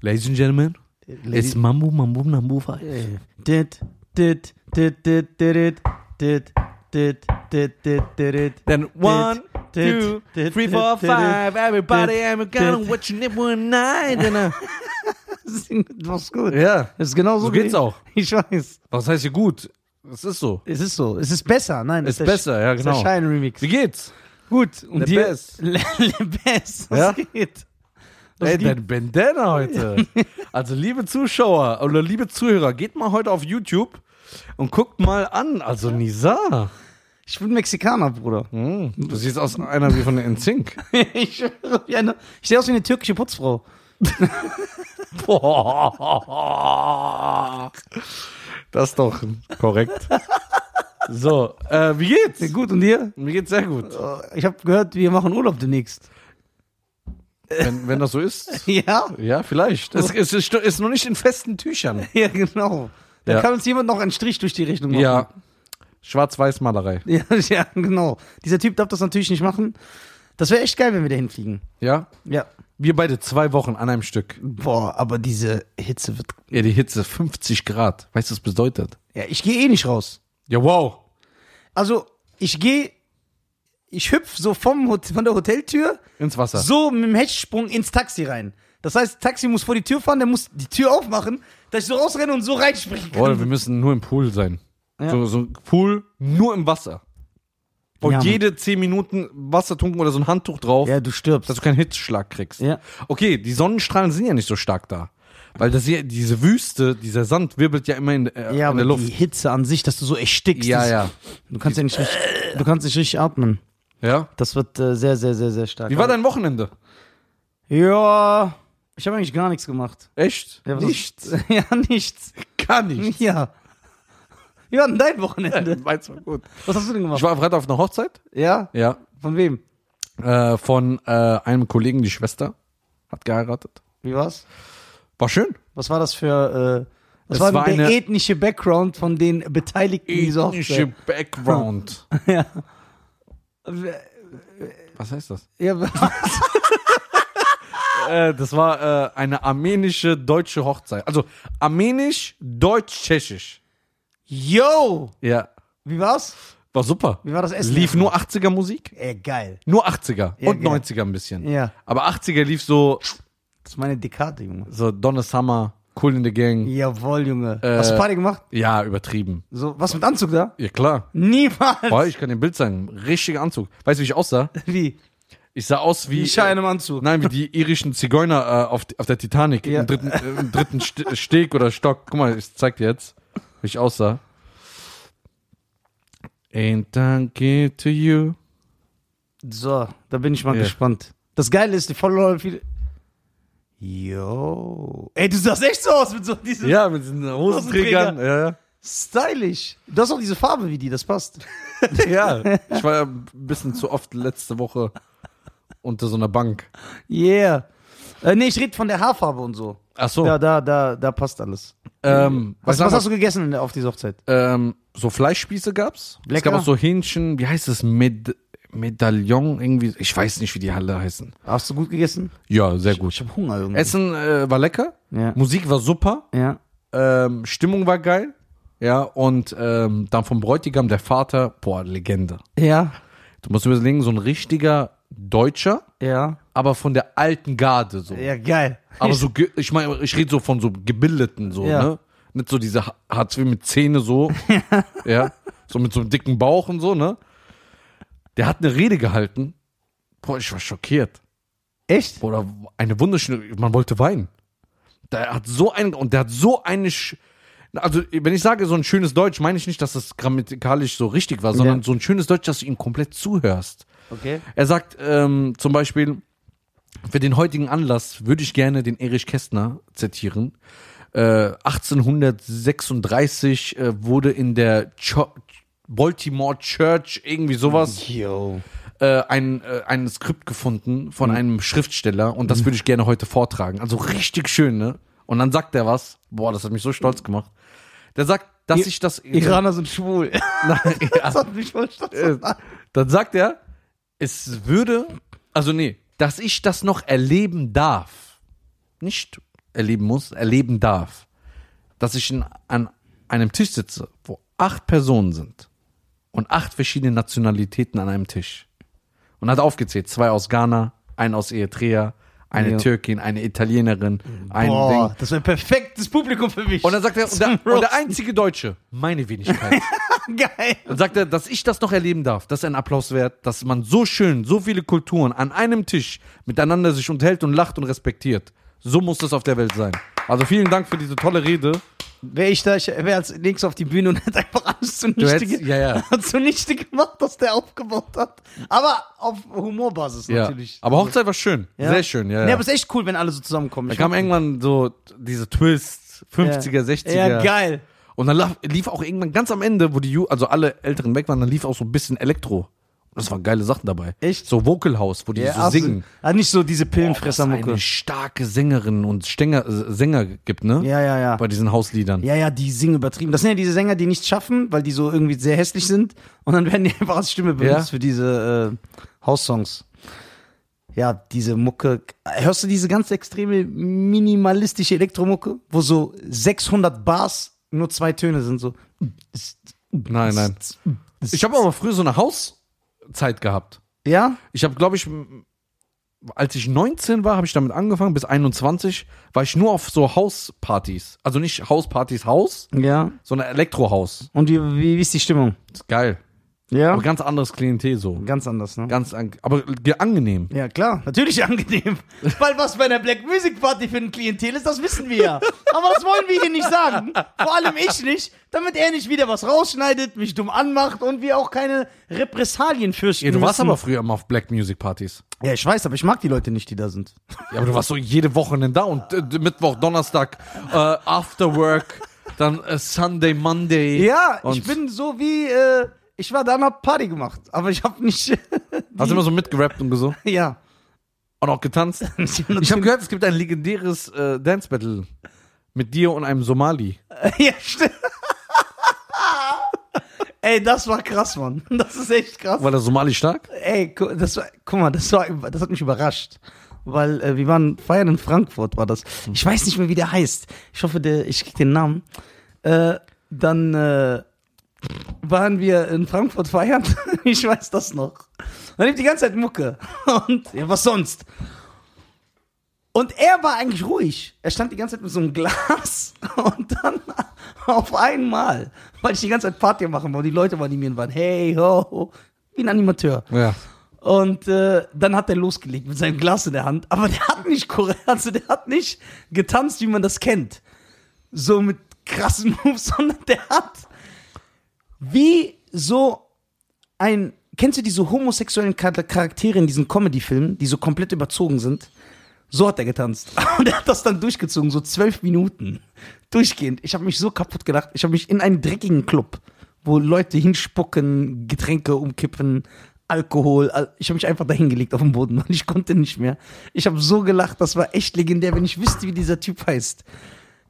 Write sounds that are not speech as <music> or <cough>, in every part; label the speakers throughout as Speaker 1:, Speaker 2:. Speaker 1: Ladies and Gentlemen, it's Mambo, Mambo, Mambo 5.
Speaker 2: eh, Dit, dit, dit, dit, dit, dit, dit, dit, dit, dit, dit.
Speaker 1: Then one,
Speaker 2: dit,
Speaker 1: two,
Speaker 2: dit,
Speaker 1: three,
Speaker 2: dit,
Speaker 1: four,
Speaker 2: dit,
Speaker 1: five. Everybody,
Speaker 2: dit,
Speaker 1: Americano,
Speaker 2: dit.
Speaker 1: what you need one night. And, uh,
Speaker 2: Mach's
Speaker 1: <laughs>
Speaker 2: gut.
Speaker 1: ja,
Speaker 2: Das ist genau so.
Speaker 1: so geht's
Speaker 2: wie-
Speaker 1: auch.
Speaker 2: <laughs> Ich weiß.
Speaker 1: Was heißt hier gut? Es ist so.
Speaker 2: Es ist so. Es ist besser. Nein,
Speaker 1: Ist
Speaker 2: das der-
Speaker 1: besser, ja,
Speaker 2: das ist der
Speaker 1: genau.
Speaker 2: Schein-Remix.
Speaker 1: Wie geht's?
Speaker 2: Gut. Und
Speaker 1: Le
Speaker 2: dir-
Speaker 1: Best.
Speaker 2: Le, <laughs> Le Best. Was
Speaker 1: Ja?
Speaker 2: geht? Was
Speaker 1: Ey,
Speaker 2: geht?
Speaker 1: dein Bandana heute. <laughs> Also, liebe Zuschauer oder liebe Zuhörer, geht mal heute auf YouTube und guckt mal an. Also, Nisa.
Speaker 2: Ich bin Mexikaner, Bruder. <laughs>
Speaker 1: Hm, du siehst aus einer wie von der NSYNC.
Speaker 2: Ich, schwöre, wie eine, ich sehe aus wie eine türkische Putzfrau.
Speaker 1: Boah. <laughs> Das ist doch korrekt. So, äh, wie geht's?
Speaker 2: Gut, und dir? Oh,
Speaker 1: Mir geht's sehr gut.
Speaker 2: Ich habe gehört, wir machen Urlaub demnächst. <laughs>
Speaker 1: Wenn, wenn das so ist.
Speaker 2: Ja?
Speaker 1: Ja, vielleicht. Es, es ist, ist noch nicht in festen Tüchern.
Speaker 2: Ja, genau. Da
Speaker 1: Ja.
Speaker 2: kann uns jemand noch einen Strich durch die Rechnung machen.
Speaker 1: Ja. Schwarz-Weiß-Malerei.
Speaker 2: <laughs> Ja, ja, genau. Dieser Typ darf das natürlich nicht machen. Das wäre echt geil, wenn wir da hinfliegen.
Speaker 1: Ja?
Speaker 2: Ja.
Speaker 1: Wir beide zwei Wochen an einem Stück.
Speaker 2: Boah, aber diese Hitze wird.
Speaker 1: Ja, die Hitze 50 Grad. Weißt du, was bedeutet?
Speaker 2: Ja, ich gehe eh nicht raus.
Speaker 1: Ja, wow.
Speaker 2: Also, ich gehe. Ich hüpf so vom Hot von der Hoteltür
Speaker 1: Ins Wasser.
Speaker 2: so mit dem Hechtsprung ins Taxi rein. Das heißt, Taxi muss vor die Tür fahren, der muss die Tür aufmachen, dass ich so rausrenne und so reinspringen kann.
Speaker 1: Oder wir müssen nur im Pool sein.
Speaker 2: Ja.
Speaker 1: So, so ein Pool nur im Wasser. Und
Speaker 2: Ja.
Speaker 1: jede 10 Minuten Wasser tunken oder so ein Handtuch drauf,
Speaker 2: Ja, du stirbst.
Speaker 1: dass du keinen Hitzschlag kriegst.
Speaker 2: Ja.
Speaker 1: Okay, die Sonnenstrahlen sind ja nicht so stark da. Weil das hier, diese Wüste, dieser Sand wirbelt ja immer in, äh,
Speaker 2: Ja,
Speaker 1: in
Speaker 2: aber
Speaker 1: der
Speaker 2: die
Speaker 1: Luft.
Speaker 2: Hitze an sich, dass du so erstickst.
Speaker 1: Ja,
Speaker 2: das-
Speaker 1: ja.
Speaker 2: Du kannst ja nicht richtig, du kannst nicht richtig atmen.
Speaker 1: Ja.
Speaker 2: Das wird äh, sehr, sehr, sehr, sehr stark.
Speaker 1: Wie war dein Wochenende?
Speaker 2: Ja, ich habe eigentlich gar nichts gemacht.
Speaker 1: Echt?
Speaker 2: Ja, was-
Speaker 1: Nichts.
Speaker 2: <laughs> Ja, nichts.
Speaker 1: Gar <laughs> nicht.
Speaker 2: Ja. Wie war denn dein Wochenende?
Speaker 1: Meins war gut.
Speaker 2: Was hast du denn
Speaker 1: Ich
Speaker 2: gemacht?
Speaker 1: war am Freitag auf einer Hochzeit.
Speaker 2: Ja?
Speaker 1: Ja.
Speaker 2: Von wem?
Speaker 1: Äh, von äh, einem Kollegen, die Schwester, hat geheiratet.
Speaker 2: Wie war's?
Speaker 1: War schön.
Speaker 2: Was war das für, äh, was
Speaker 1: Es
Speaker 2: war,
Speaker 1: war
Speaker 2: denn der
Speaker 1: eine-
Speaker 2: ethnische Background von den Beteiligten dieser
Speaker 1: Ethnische
Speaker 2: Hochzeit?
Speaker 1: Background.
Speaker 2: <laughs> Ja.
Speaker 1: Was heißt das?
Speaker 2: ja,
Speaker 1: <laughs>
Speaker 2: wa-
Speaker 1: Äh, das war äh, eine armenische deutsche Hochzeit. Also armenisch, deutsch, tschechisch.
Speaker 2: yo!
Speaker 1: Ja.
Speaker 2: Wie war's?
Speaker 1: War super.
Speaker 2: Wie war das Essen?
Speaker 1: Lief nur 80er Musik?
Speaker 2: Ey, geil.
Speaker 1: Nur 80er
Speaker 2: Ja,
Speaker 1: und
Speaker 2: ja.
Speaker 1: 90er ein bisschen.
Speaker 2: Ja.
Speaker 1: Aber 80er lief so
Speaker 2: Das ist meine Dekade, Junge.
Speaker 1: so Donna Summer, Cool in the Gang.
Speaker 2: Jawohl, Junge.
Speaker 1: Äh.
Speaker 2: Hast du Party gemacht?
Speaker 1: Ja, übertrieben.
Speaker 2: So, was mit Anzug da?
Speaker 1: Ja,
Speaker 2: <laughs>
Speaker 1: klar.
Speaker 2: Niemals.
Speaker 1: Boah, ich kann dir ein Bild sagen. Richtiger Anzug. Weißt du, wie ich aussah?
Speaker 2: Wie?
Speaker 1: Ich sah aus wie äh,
Speaker 2: Die Scheine im Anzug.
Speaker 1: Nein, wie die irischen Zigeuner äh, auf, auf der Titanic
Speaker 2: Ja.
Speaker 1: im dritten, äh, im dritten St Steg oder Stock. Guck mal, ich zeig dir jetzt, wie ich aussah. And danke to you.
Speaker 2: So, da bin ich mal
Speaker 1: Ja.
Speaker 2: gespannt. Das Geile ist, die Follower viele. Yo. Ey, du sahst echt so aus mit so diesem
Speaker 1: Ja, mit den Hosenträgern. Ja,
Speaker 2: Stylish. Du hast auch diese Farbe wie die, das passt.
Speaker 1: ja. ja. <laughs> Ich war ja ein bisschen zu oft letzte Woche unter so einer Bank.
Speaker 2: Yeah. Äh, nee, ich rede von der Haarfarbe und so.
Speaker 1: Ach so.
Speaker 2: Ja, da, da, da passt alles.
Speaker 1: ähm,
Speaker 2: Was,
Speaker 1: Oh. was,
Speaker 2: was
Speaker 1: was,
Speaker 2: hast du gegessen in der, auf dieser Hochzeit?
Speaker 1: ähm, so Fleischspieße gab's. Es
Speaker 2: Lecker.
Speaker 1: gab auch so Hähnchen, wie heißt es? Med Medaillon irgendwie. Ich weiß nicht, wie die Halle heißen.
Speaker 2: Hast du gut gegessen?
Speaker 1: Ja, sehr gut.
Speaker 2: Ich hab Hunger irgendwie.
Speaker 1: Essen äh, war lecker,
Speaker 2: Ja.
Speaker 1: Musik war super,
Speaker 2: Ja.
Speaker 1: ähm, Stimmung war geil, ja, und ähm, dann vom Bräutigam, der Vater, boah, Legende.
Speaker 2: Ja.
Speaker 1: Du musst überlegen, so ein richtiger Deutscher,
Speaker 2: Ja.
Speaker 1: aber von der alten Garde so.
Speaker 2: Ja, geil.
Speaker 1: Aber so, ge- ich meine, ich rede so von so Gebildeten so,
Speaker 2: Ja.
Speaker 1: ne? Nicht so diese Ha- Hartz IV mit Zähne
Speaker 2: <laughs>
Speaker 1: so, ja, so mit so einem dicken Bauch und so, ne? Der hat eine Rede gehalten, boah, ich war schockiert.
Speaker 2: Echt?
Speaker 1: Oder eine wunderschöne, man wollte weinen. Der hat so ein, und der hat so eine, sch- also wenn ich sage so ein schönes Deutsch, meine ich nicht, dass das grammatikalisch so richtig war, sondern
Speaker 2: Ja.
Speaker 1: so ein schönes Deutsch, dass du ihm komplett zuhörst.
Speaker 2: Okay.
Speaker 1: Er sagt ähm, zum Beispiel, für den heutigen Anlass würde ich gerne den Erich Kästner zitieren. Äh, 1836 äh, wurde in der Cho Baltimore Church irgendwie sowas
Speaker 2: Yo.
Speaker 1: äh, ein, äh, ein Skript gefunden von einem Schriftsteller und das würde ich gerne heute vortragen. Also richtig schön, ne? Und dann sagt er was, boah, das hat mich so stolz gemacht. Der sagt, dass
Speaker 2: I-
Speaker 1: ich das.
Speaker 2: Iraner sind schwul.
Speaker 1: Nein, ja.
Speaker 2: <laughs> Das hat mich voll stolz
Speaker 1: Äh,
Speaker 2: gemacht.
Speaker 1: Dann sagt er, es würde, also nee, dass ich das noch erleben darf. Nicht erleben muss, erleben darf, dass ich in, an einem Tisch sitze, wo acht Personen sind und acht verschiedene Nationalitäten an einem Tisch. Und hat aufgezählt, zwei aus Ghana, ein aus Eritrea, eine
Speaker 2: Ja.
Speaker 1: Türkin, eine Italienerin, ein
Speaker 2: Boah,
Speaker 1: Ding.
Speaker 2: das wäre ein perfektes Publikum für mich.
Speaker 1: Und dann sagt er, und der,
Speaker 2: Zum <laughs>
Speaker 1: und der einzige Deutsche, meine Wenigkeit. <laughs>
Speaker 2: Geil.
Speaker 1: Dann sagt er, dass ich das noch erleben darf, das ist ein Applaus wert, dass man so schön, so viele Kulturen an einem Tisch miteinander sich unterhält und lacht und respektiert. So muss das auf der Welt sein. Also vielen Dank für diese tolle Rede.
Speaker 2: Wäre ich da, ich wäre als nächstes auf die Bühne und hätte einfach alles zunichte,
Speaker 1: hättest-
Speaker 2: ge
Speaker 1: ja,
Speaker 2: <laughs>
Speaker 1: ja.
Speaker 2: zunichte gemacht, was der aufgebaut hat. Aber auf Humorbasis
Speaker 1: Ja.
Speaker 2: natürlich.
Speaker 1: Aber Hochzeit war schön.
Speaker 2: Ja.
Speaker 1: Sehr schön, ja.
Speaker 2: Nee,
Speaker 1: ja.
Speaker 2: aber es ist echt cool, wenn alle so zusammenkommen.
Speaker 1: Da
Speaker 2: Ich
Speaker 1: kam
Speaker 2: mag-
Speaker 1: irgendwann so diese Twist, 50er, 60er.
Speaker 2: Ja, geil.
Speaker 1: Und dann laf- lief auch irgendwann ganz am Ende, wo die Ju also alle Älteren weg waren, dann lief auch so ein bisschen Elektro. Und Das waren geile Sachen dabei.
Speaker 2: Echt?
Speaker 1: So Vocal House, wo die
Speaker 2: Ja,
Speaker 1: so singen.
Speaker 2: Also, nicht so diese
Speaker 1: dass es
Speaker 2: Pillenfressermucke.
Speaker 1: eine starke Sängerin und Stänger, äh, Sänger gibt, ne?
Speaker 2: Ja, ja, ja.
Speaker 1: Bei diesen Hausliedern.
Speaker 2: Ja, ja, die singen übertrieben. Das sind ja diese Sänger, die nichts schaffen, weil die so irgendwie sehr hässlich sind. Und dann werden die <laughs> einfach als Stimme benutzt
Speaker 1: Ja.
Speaker 2: für diese äh, Haussongs. Ja, diese Mucke. Hörst du diese ganz extreme minimalistische Elektromucke, wo so 600 Bars nur zwei Töne sind? So.
Speaker 1: Nein, nein. Ich habe aber früher so eine Hauszeit gehabt.
Speaker 2: Ja?
Speaker 1: Ich habe, glaube ich, m- als ich 19 war, habe ich damit angefangen, bis 21 war ich nur auf so Hauspartys. Also nicht Hauspartys Haus,
Speaker 2: Ja.
Speaker 1: sondern Elektrohaus.
Speaker 2: Und wie, wie, wie ist die Stimmung?
Speaker 1: Ist geil.
Speaker 2: Ja?
Speaker 1: Aber ganz anderes Klientel so.
Speaker 2: Ganz anders, ne?
Speaker 1: Ganz, an- aber ge- angenehm.
Speaker 2: Ja, klar. Natürlich angenehm. Weil was bei einer Black Music Party für ein Klientel ist, das wissen wir ja. Aber das wollen wir hier nicht sagen. Vor allem ich nicht, damit er nicht wieder was rausschneidet, mich dumm anmacht und wir auch keine Repressalien fürchten
Speaker 1: Ja, du warst
Speaker 2: müssen.
Speaker 1: aber früher immer auf Black Music Partys.
Speaker 2: Ja, ich weiß, aber ich mag die Leute nicht, die da sind.
Speaker 1: Ja, aber du warst so jede Wochenende da und äh, Mittwoch, Donnerstag, äh, After Work, dann äh, Sunday, Monday.
Speaker 2: Ja,
Speaker 1: und
Speaker 2: ich bin so wie, äh, ich war da und hab Party gemacht. Aber ich hab nicht, <laughs>
Speaker 1: <laughs> Hast immer so mitgerappt und so.
Speaker 2: ja.
Speaker 1: Und auch
Speaker 2: <laughs>
Speaker 1: getanzt. Ich habe gehört, es gibt ein legendäres äh, Dance Battle mit dir und einem Somali.
Speaker 2: ja, stimmt. Ey, das war krass, Mann. Das ist echt krass.
Speaker 1: War der Somali stark?
Speaker 2: Ey, gu- das war, guck mal, das, war, das hat mich überrascht. Weil äh, wir waren feiern in Frankfurt, war das. Ich weiß nicht mehr, wie der heißt. Ich hoffe, der, ich krieg den Namen. Äh, dann äh, waren wir in Frankfurt feiern. <laughs> ich weiß das noch. Dann lief die ganze Zeit Mucke. <laughs> Und ja, was sonst? Und er war eigentlich ruhig. Er stand die ganze Zeit mit so einem Glas <laughs> und dann auf einmal, weil ich die ganze Zeit Party machen wollte, die Leute waren, die mir waren, hey, ho, wie ein Animateur.
Speaker 1: Ja.
Speaker 2: Und äh, dann hat er losgelegt mit seinem Glas in der Hand. Aber der hat nicht korrekt, also der hat nicht getanzt, wie man das kennt. So mit krassen <laughs> Moves, sondern der hat wie so ein. Kennst du diese homosexuellen Char- Charaktere in diesen Comedy-Filmen, die so komplett überzogen sind? So hat er getanzt. <laughs> Und er hat das dann durchgezogen, so zwölf Minuten. Durchgehend. Ich habe mich so kaputt gedacht. Ich habe mich in einen dreckigen Club, wo Leute hinspucken, Getränke umkippen, Alkohol. Al- Ich habe mich einfach dahingelegt auf dem Boden, <laughs> Mann. Ich konnte nicht mehr. Ich habe so gelacht. Das war echt legendär, wenn ich wüsste, wie dieser Typ heißt.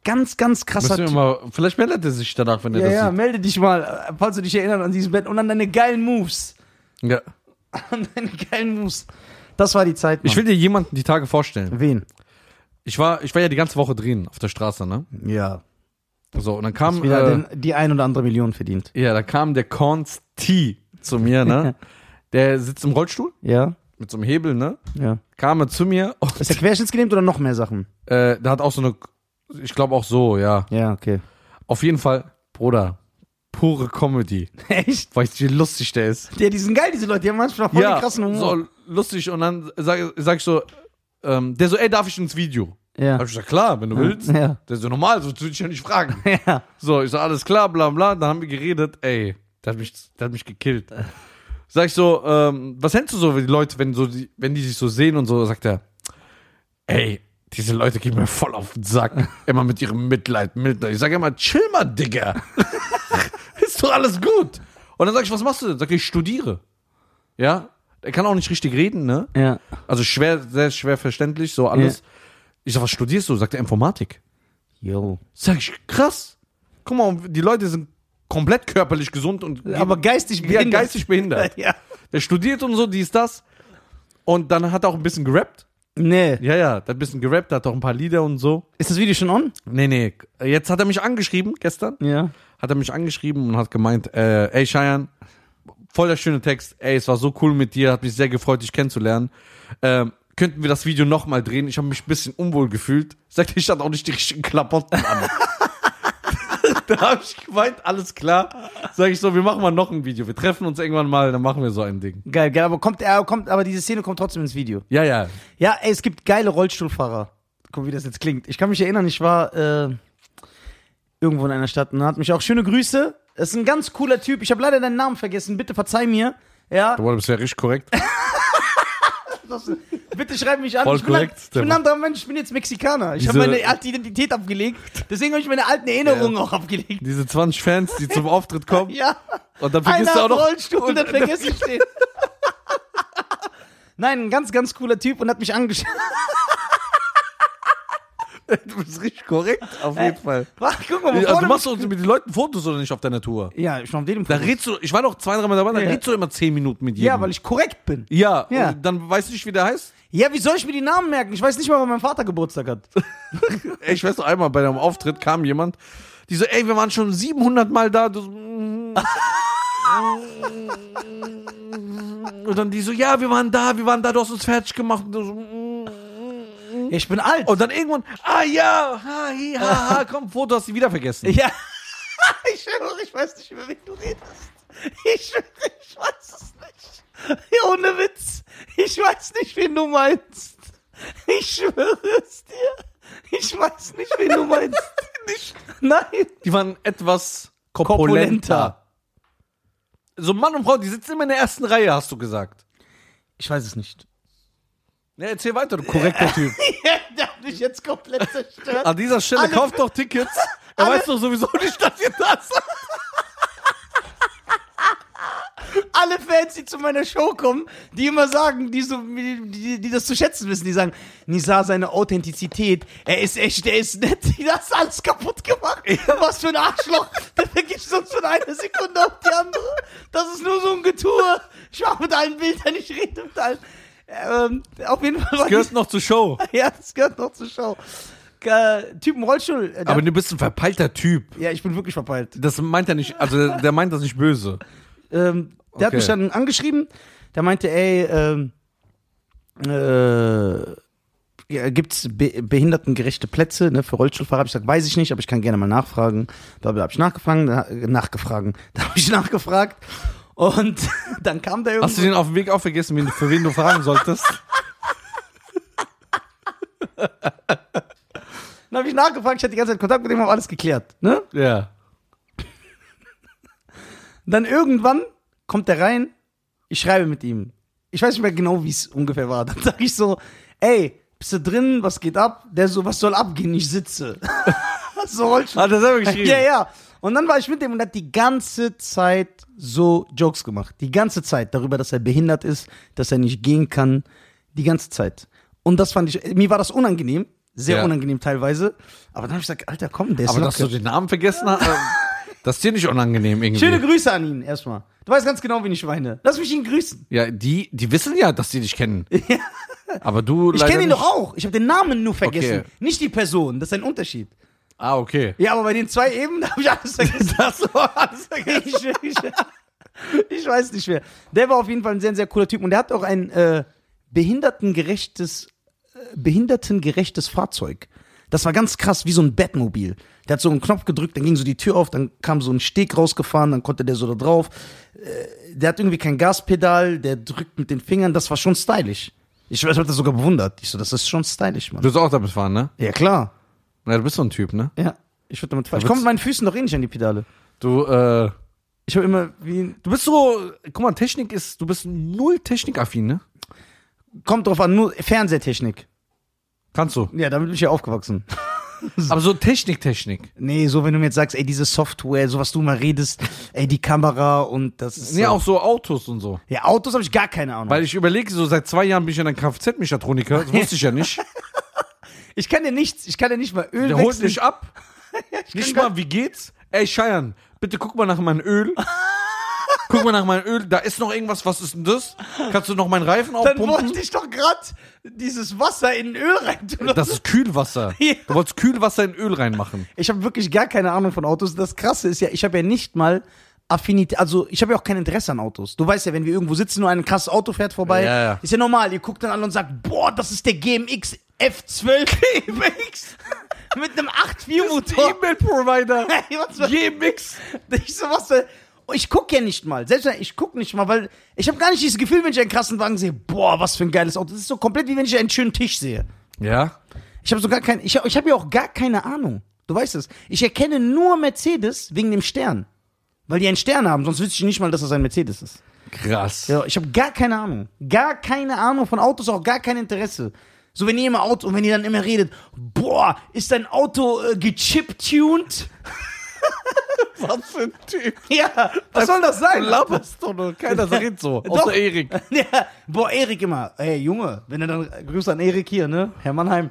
Speaker 2: Ganz, ganz krasser
Speaker 1: Müssen
Speaker 2: Typ.
Speaker 1: wir mal, vielleicht meldet er sich danach, wenn er
Speaker 2: Ja,
Speaker 1: das
Speaker 2: ja, melde dich mal, äh, falls du dich erinnern an dieses Bett und an deine geilen Moves. <laughs>
Speaker 1: sieht. Ja.
Speaker 2: An deine geilen Moves. Das war die Zeit. Mann.
Speaker 1: Ich will dir jemanden die Tage vorstellen.
Speaker 2: Wen?
Speaker 1: Ich war, ich war ja die ganze Woche drehen auf der Straße, ne?
Speaker 2: Ja.
Speaker 1: So, und dann kam.
Speaker 2: Wieder
Speaker 1: äh,
Speaker 2: den, die ein oder andere Million verdient.
Speaker 1: Ja, da kam der Korns T zu mir,
Speaker 2: <laughs>
Speaker 1: ne? der sitzt im Rollstuhl
Speaker 2: Ja?
Speaker 1: mit so einem Hebel, ne?
Speaker 2: Ja.
Speaker 1: Kam er zu mir und
Speaker 2: Ist der querschnittsgelähmt oder noch mehr Sachen?
Speaker 1: äh, der hat auch so eine, ich glaube auch so, ja.
Speaker 2: Ja, okay.
Speaker 1: Auf jeden Fall, Bruder, pure Comedy.
Speaker 2: <laughs> Echt?
Speaker 1: Weißt du, wie lustig der ist?
Speaker 2: Ja, die sind geil, diese Leute. Die haben manchmal voll den krassen Humor.
Speaker 1: so lustig. Und dann sag, sag ich so, ähm, der so, ey, darf ich ins Video? Hab
Speaker 2: Ja.
Speaker 1: ich gesagt, klar, wenn du willst.
Speaker 2: Ja.
Speaker 1: Der so, normal, so würde ich ja nicht fragen.
Speaker 2: <laughs> Ja.
Speaker 1: So, ich so, alles klar, bla bla. Dann haben wir geredet, ey, der hat mich, der hat mich gekillt. Sag ich so, ähm, was hältst du so, wenn die Leute, wenn, so die, wenn die sich so sehen und so, sagt er, ey, diese Leute gehen mir voll auf den Sack. Immer mit ihrem Mitleid, Mitleid. Ich sage immer, chill mal, Digga. <laughs> Ist doch alles gut. Und dann sag ich, was machst du denn? Sag ich, ich studiere. Ja? Er kann auch nicht richtig reden, ne?
Speaker 2: Ja.
Speaker 1: Also schwer, sehr schwer verständlich, so alles. Ich sag, was studierst du? Sagt er, Informatik.
Speaker 2: Yo.
Speaker 1: Sag ich, krass. Guck mal, die Leute sind komplett körperlich gesund und
Speaker 2: Aber geistig
Speaker 1: ja, geistig behindert.
Speaker 2: <laughs> Ja.
Speaker 1: Der studiert und so, dies, das. Und dann hat er auch ein bisschen gerappt.
Speaker 2: Nee.
Speaker 1: Ja, ja, der hat ein bisschen gerappt, der hat auch ein paar Lieder und so.
Speaker 2: Ist das Video schon on?
Speaker 1: Nee, nee. Jetzt hat er mich angeschrieben, gestern.
Speaker 2: Ja.
Speaker 1: Hat er mich angeschrieben und hat gemeint, äh, ey Cheyenne, voll der schöne Text. Ey, es war so cool mit dir, hat mich sehr gefreut, dich kennenzulernen. Ähm, könnten wir das Video nochmal drehen? Ich habe mich ein bisschen unwohl gefühlt. Sagt, ich hatte auch nicht die richtigen Klamotten an. <laughs> da habe ich gemeint, alles klar. Sag ich so, wir machen mal noch ein Video. Wir treffen uns irgendwann mal, dann machen wir so ein Ding.
Speaker 2: Geil, geil. Aber kommt, er kommt, aber diese Szene kommt trotzdem ins Video.
Speaker 1: Ja, ja.
Speaker 2: Ja, ey, es gibt geile Rollstuhlfahrer. Guck, wie das jetzt klingt. Ich kann mich erinnern, ich war äh, irgendwo in einer Stadt und hat mich auch schöne Grüße. Das ist ein ganz cooler Typ. Ich habe leider deinen Namen vergessen. Bitte verzeih mir. Ja,
Speaker 1: Du bist ja richtig korrekt.
Speaker 2: bitte schreib mich an.
Speaker 1: Voll
Speaker 2: ich, bin ein,
Speaker 1: korrekt,
Speaker 2: ich bin ein
Speaker 1: Stefan.
Speaker 2: anderer Mensch. Ich bin jetzt Mexikaner. Ich habe
Speaker 1: Wieso-
Speaker 2: meine alte Identität abgelegt. Deswegen habe ich meine alten Erinnerungen auch abgelegt.
Speaker 1: Diese 20 Fans, die zum Auftritt kommen.
Speaker 2: Ja.
Speaker 1: Und dann
Speaker 2: Einer
Speaker 1: vergisst du auch
Speaker 2: hat
Speaker 1: noch. <laughs>
Speaker 2: Rollstuhl, dann vergesse ich den. <laughs> Nein, ein ganz, ganz cooler Typ und hat mich angeschaut. <laughs>
Speaker 1: <laughs> Du bist richtig korrekt, auf jeden Fall.
Speaker 2: Warte, Guck mal, wo
Speaker 1: Also
Speaker 2: Äh, vorne
Speaker 1: du machst doch mit den Leuten Fotos oder nicht auf deiner Tour?
Speaker 2: Ja, ich war auf dem
Speaker 1: Da redst du, ich war noch zwei, dreimal dabei, da
Speaker 2: Ja.
Speaker 1: redst du immer zehn Minuten mit jedem.
Speaker 2: Ja, weil ich korrekt bin.
Speaker 1: Ja,
Speaker 2: Ja.
Speaker 1: Und dann weißt du nicht, wie der heißt?
Speaker 2: Ja, wie soll ich mir die Namen merken? Ich weiß nicht mal, wann mein Vater Geburtstag hat.
Speaker 1: Ey, ich weiß noch einmal, bei einem Auftritt kam jemand, die so, ey, wir waren schon 700 Mal da. Du so, mm. und dann die so, ja, wir waren da, wir waren da, du hast uns fertig gemacht. Und, du so, mm.
Speaker 2: Ja, ich bin alt.
Speaker 1: und dann irgendwann, ah ja, ha, hi, ha, ha, komm, Foto hast du wieder vergessen.
Speaker 2: ja. <laughs> ich schwöre, ich weiß nicht, über wen du redest. Ich schwöre, ich weiß es nicht. Ja, ohne Witz. Ich weiß nicht, wen du meinst. Ich schwöre es dir. Ich weiß nicht, wen du meinst. <laughs> nicht. Nein.
Speaker 1: Die waren etwas
Speaker 2: Korpulenter.
Speaker 1: korpulenter. So Mann und Frau, die sitzen immer in der ersten Reihe, hast du gesagt.
Speaker 2: Ich weiß es <laughs> nicht.
Speaker 1: Ja, erzähl weiter, du korrekter
Speaker 2: <laughs>
Speaker 1: Typ.
Speaker 2: Der hat mich jetzt komplett zerstört.
Speaker 1: An dieser Stelle
Speaker 2: Alle-
Speaker 1: kauft doch Tickets. Er weiß doch sowieso nicht, dass ihr
Speaker 2: <laughs>
Speaker 1: das seid.
Speaker 2: alle Fans, die zu meiner Show kommen, die immer sagen, die, so, die, die, die das zu schätzen wissen, die sagen, Nisa, seine Authentizität, er ist echt, er ist nett, <laughs> das ist alles kaputt gemacht. Was für
Speaker 1: <laughs>
Speaker 2: ein Arschloch. Da vergisst du uns von einer Sekunde auf die andere. Das ist nur so ein Getue. Ich mache mit allen Bildern, ich rede mit allen. Ähm, auf jeden Fall war
Speaker 1: Gehört noch zur Show.
Speaker 2: die, <laughs> ja, das gehört noch zur Show. Äh, typen Rollstuhl. äh, der-
Speaker 1: Aber du bist ein verpeilter Typ.
Speaker 2: ja, ich bin wirklich verpeilt.
Speaker 1: Das meint er nicht, also der meint das nicht böse.
Speaker 2: Ähm, der hat
Speaker 1: Okay.
Speaker 2: mich dann angeschrieben, der meinte, ey, ähm, äh, ja, gibt's be behindertengerechte Plätze ne, für Rollstuhlfahrer? Hab ich gesagt, weiß ich nicht, aber ich kann gerne mal nachfragen. Da habe ich nachgefragt, da, nachgefragt, <laughs> da habe ich nachgefragt und <laughs> dann kam der
Speaker 1: Hast du
Speaker 2: irgendwie.
Speaker 1: den auf dem Weg auch vergessen, wen- für wen du fragen solltest?
Speaker 2: Dann habe ich nachgefragt, ich hatte die ganze Zeit Kontakt mit dem, habe alles geklärt. Ne?
Speaker 1: <laughs> Ja.
Speaker 2: Dann irgendwann kommt er rein, ich schreibe mit ihm. Ich weiß nicht mehr genau, wie es ungefähr war. <laughs> Dann sage ich so, ey, bist du drin, was geht ab? Der so, was soll abgehen, ich sitze. <laughs> so Rollstuhl.
Speaker 1: Hat er selber geschrieben.
Speaker 2: <laughs> Ja, ja. Und dann war ich mit dem und hat die ganze Zeit so Jokes gemacht. Die ganze Zeit darüber, dass er behindert ist, dass er nicht gehen kann. Die ganze Zeit. Und das fand ich, mir war das unangenehm. Sehr
Speaker 1: Ja.
Speaker 2: unangenehm teilweise. Aber dann habe ich gesagt, Alter, komm, der ist
Speaker 1: Aber dass du
Speaker 2: locker.
Speaker 1: den Namen vergessen hast,
Speaker 2: <laughs>
Speaker 1: ähm, das ist dir nicht unangenehm irgendwie.
Speaker 2: Schöne Grüße an ihn erstmal. Du weißt ganz genau, wen ich meine. Lass mich ihn grüßen.
Speaker 1: ja, die, die wissen ja, dass die dich
Speaker 2: <laughs>
Speaker 1: kennen. Aber du
Speaker 2: Ich
Speaker 1: leider
Speaker 2: kenne ihn
Speaker 1: nicht.
Speaker 2: doch auch. Ich habe den Namen nur vergessen.
Speaker 1: Okay.
Speaker 2: Nicht die Person. Das ist ein Unterschied.
Speaker 1: Ah, okay.
Speaker 2: Ja, aber bei den zwei eben, da habe ich alles vergessen. <laughs>
Speaker 1: Das war alles
Speaker 2: ich, ich, ich weiß nicht mehr. Der war auf jeden Fall ein sehr, sehr cooler Typ. Und der hat auch ein äh, behindertengerechtes, äh, behindertengerechtes Fahrzeug. Das war ganz krass, wie so ein Batmobil. Der hat so einen Knopf gedrückt, dann ging so die Tür auf, dann kam so ein Steg rausgefahren, dann konnte der so da drauf. Äh, Der hat irgendwie kein Gaspedal, der drückt mit den Fingern. Das war schon stylisch. Ich weiß, ich hab das sogar bewundert. Ich so, das ist schon stylisch, Mann.
Speaker 1: Du bist auch damit fahren, ne?
Speaker 2: Ja, klar.
Speaker 1: Na, du bist so ein Typ, ne?
Speaker 2: Ja, ich würde damit fahren. Ich komme mit meinen Füßen doch eh nicht an die Pedale.
Speaker 1: Du, äh,
Speaker 2: Ich habe immer wie ein
Speaker 1: du bist so, guck mal, Technik ist, du bist null technikaffin, ne?
Speaker 2: Kommt drauf an, nur Fernsehtechnik.
Speaker 1: Kannst du.
Speaker 2: Ja, damit bin ich ja aufgewachsen.
Speaker 1: Aber so Technik, Technik.
Speaker 2: Nee, so wenn du mir jetzt sagst, ey, diese Software, so was du mal redest, ey, die Kamera und das ist.
Speaker 1: Nee,
Speaker 2: so.
Speaker 1: auch so Autos und so.
Speaker 2: Ja, Autos habe ich gar keine Ahnung.
Speaker 1: Weil ich überlege, so seit zwei Jahren bin ich ja ein Kfz-Mechatroniker, das wusste ich ja <laughs> nicht.
Speaker 2: ich kann dir nichts, ich kann dir nicht mal Öl
Speaker 1: Der holt
Speaker 2: wechseln.
Speaker 1: mich <laughs> ab. <laughs> Nicht mal, wie geht's? Ey, Scheiern, bitte guck mal nach meinem Öl. Guck mal nach meinem Öl, da ist noch irgendwas, was ist denn das? Kannst du noch meinen Reifen
Speaker 2: Dann
Speaker 1: aufpumpen?
Speaker 2: wollte ich doch grad dieses Wasser in Öl reintun.
Speaker 1: Das ist <laughs> Kühlwasser.
Speaker 2: Ja.
Speaker 1: Du wolltest Kühlwasser in Öl reinmachen.
Speaker 2: Ich habe wirklich gar keine Ahnung von Autos. Das Krasse ist ja, ich habe ja nicht mal Affinität, also ich habe ja auch kein Interesse an Autos. Du weißt ja, wenn wir irgendwo sitzen und ein krasses Auto fährt vorbei,
Speaker 1: Ja, ja.
Speaker 2: ist ja normal. Ihr guckt dann an und sagt, boah, das ist der GMX F12 GMX <laughs> mit einem 8.4 Motor.
Speaker 1: E-Mail-Provider. <laughs>
Speaker 2: <laughs> Ey, was war-
Speaker 1: G-Mix.
Speaker 2: Ich so, was soll- Und Ich guck ja nicht mal. Selbst wenn- ich guck nicht mal, weil ich habe gar nicht dieses Gefühl, wenn ich einen krassen Wagen sehe, boah, was für ein geiles Auto. Das ist so komplett wie wenn ich einen schönen Tisch sehe.
Speaker 1: Ja.
Speaker 2: Ich habe so gar kein, ich, hab- ich habe ja auch gar keine Ahnung. Du weißt es. Ich erkenne nur Mercedes wegen dem Stern. Weil die einen Stern haben, sonst wüsste ich nicht mal, dass das ein Mercedes ist.
Speaker 1: Krass.
Speaker 2: Ja, ich habe gar keine Ahnung. Gar keine Ahnung von Autos, auch gar kein Interesse. So, wenn ihr immer Auto, und wenn ihr dann immer redet, boah, ist dein Auto äh, gechiptuned? <laughs>
Speaker 1: Was für ein Typ.
Speaker 2: Ja, was soll das
Speaker 1: Du
Speaker 2: sein?
Speaker 1: laberst doch nur.
Speaker 2: <laughs>
Speaker 1: Keiner redet so.
Speaker 2: Doch.
Speaker 1: Außer Erik.
Speaker 2: Ja, boah, Erik immer, ey Junge, wenn er dann, Grüße an Erik hier, ne, Herr Mannheim,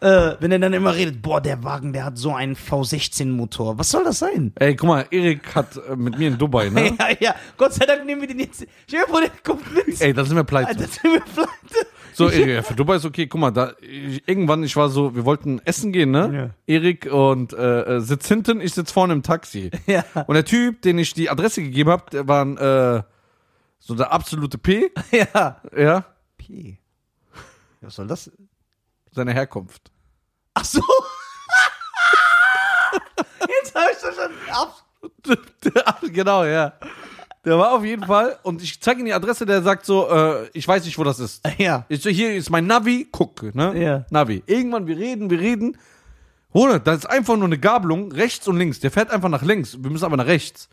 Speaker 2: äh, wenn er dann immer redet, boah, der Wagen, der hat so einen V16-Motor, was soll das sein?
Speaker 1: Ey, guck mal, Erik hat äh, mit mir in Dubai, ne?
Speaker 2: <laughs> Ja, ja, Gott sei Dank nehmen wir den jetzt, stell dir vor, der kommt mit,
Speaker 1: Ey, da sind wir pleite.
Speaker 2: Alter, sind wir pleite.
Speaker 1: So, Erik, ja, für Dubai ist okay. Guck mal, da, ich, irgendwann, ich war so, wir wollten essen gehen, ne? Erik und äh, äh, sitzt hinten, ich sitz vorne im Taxi.
Speaker 2: <laughs> Ja.
Speaker 1: Und der Typ, den ich die Adresse gegeben hab, der war ein, äh, so der absolute P,
Speaker 2: Ja.
Speaker 1: ja,
Speaker 2: P. Was soll das?
Speaker 1: seine Herkunft.
Speaker 2: Ach so. <laughs> jetzt hab ich das schon ab.
Speaker 1: genau, ja. Der war auf jeden Fall, und ich zeige ihm die Adresse, der sagt so, äh, ich weiß nicht, wo das ist.
Speaker 2: <laughs> Ja.
Speaker 1: Ich so, hier ist mein Navi, guck, ne?
Speaker 2: Ja.
Speaker 1: Navi. Irgendwann, wir reden, wir reden. Bruder, das ist einfach nur eine Gabelung, rechts und links. Der fährt einfach nach links, wir müssen aber nach rechts.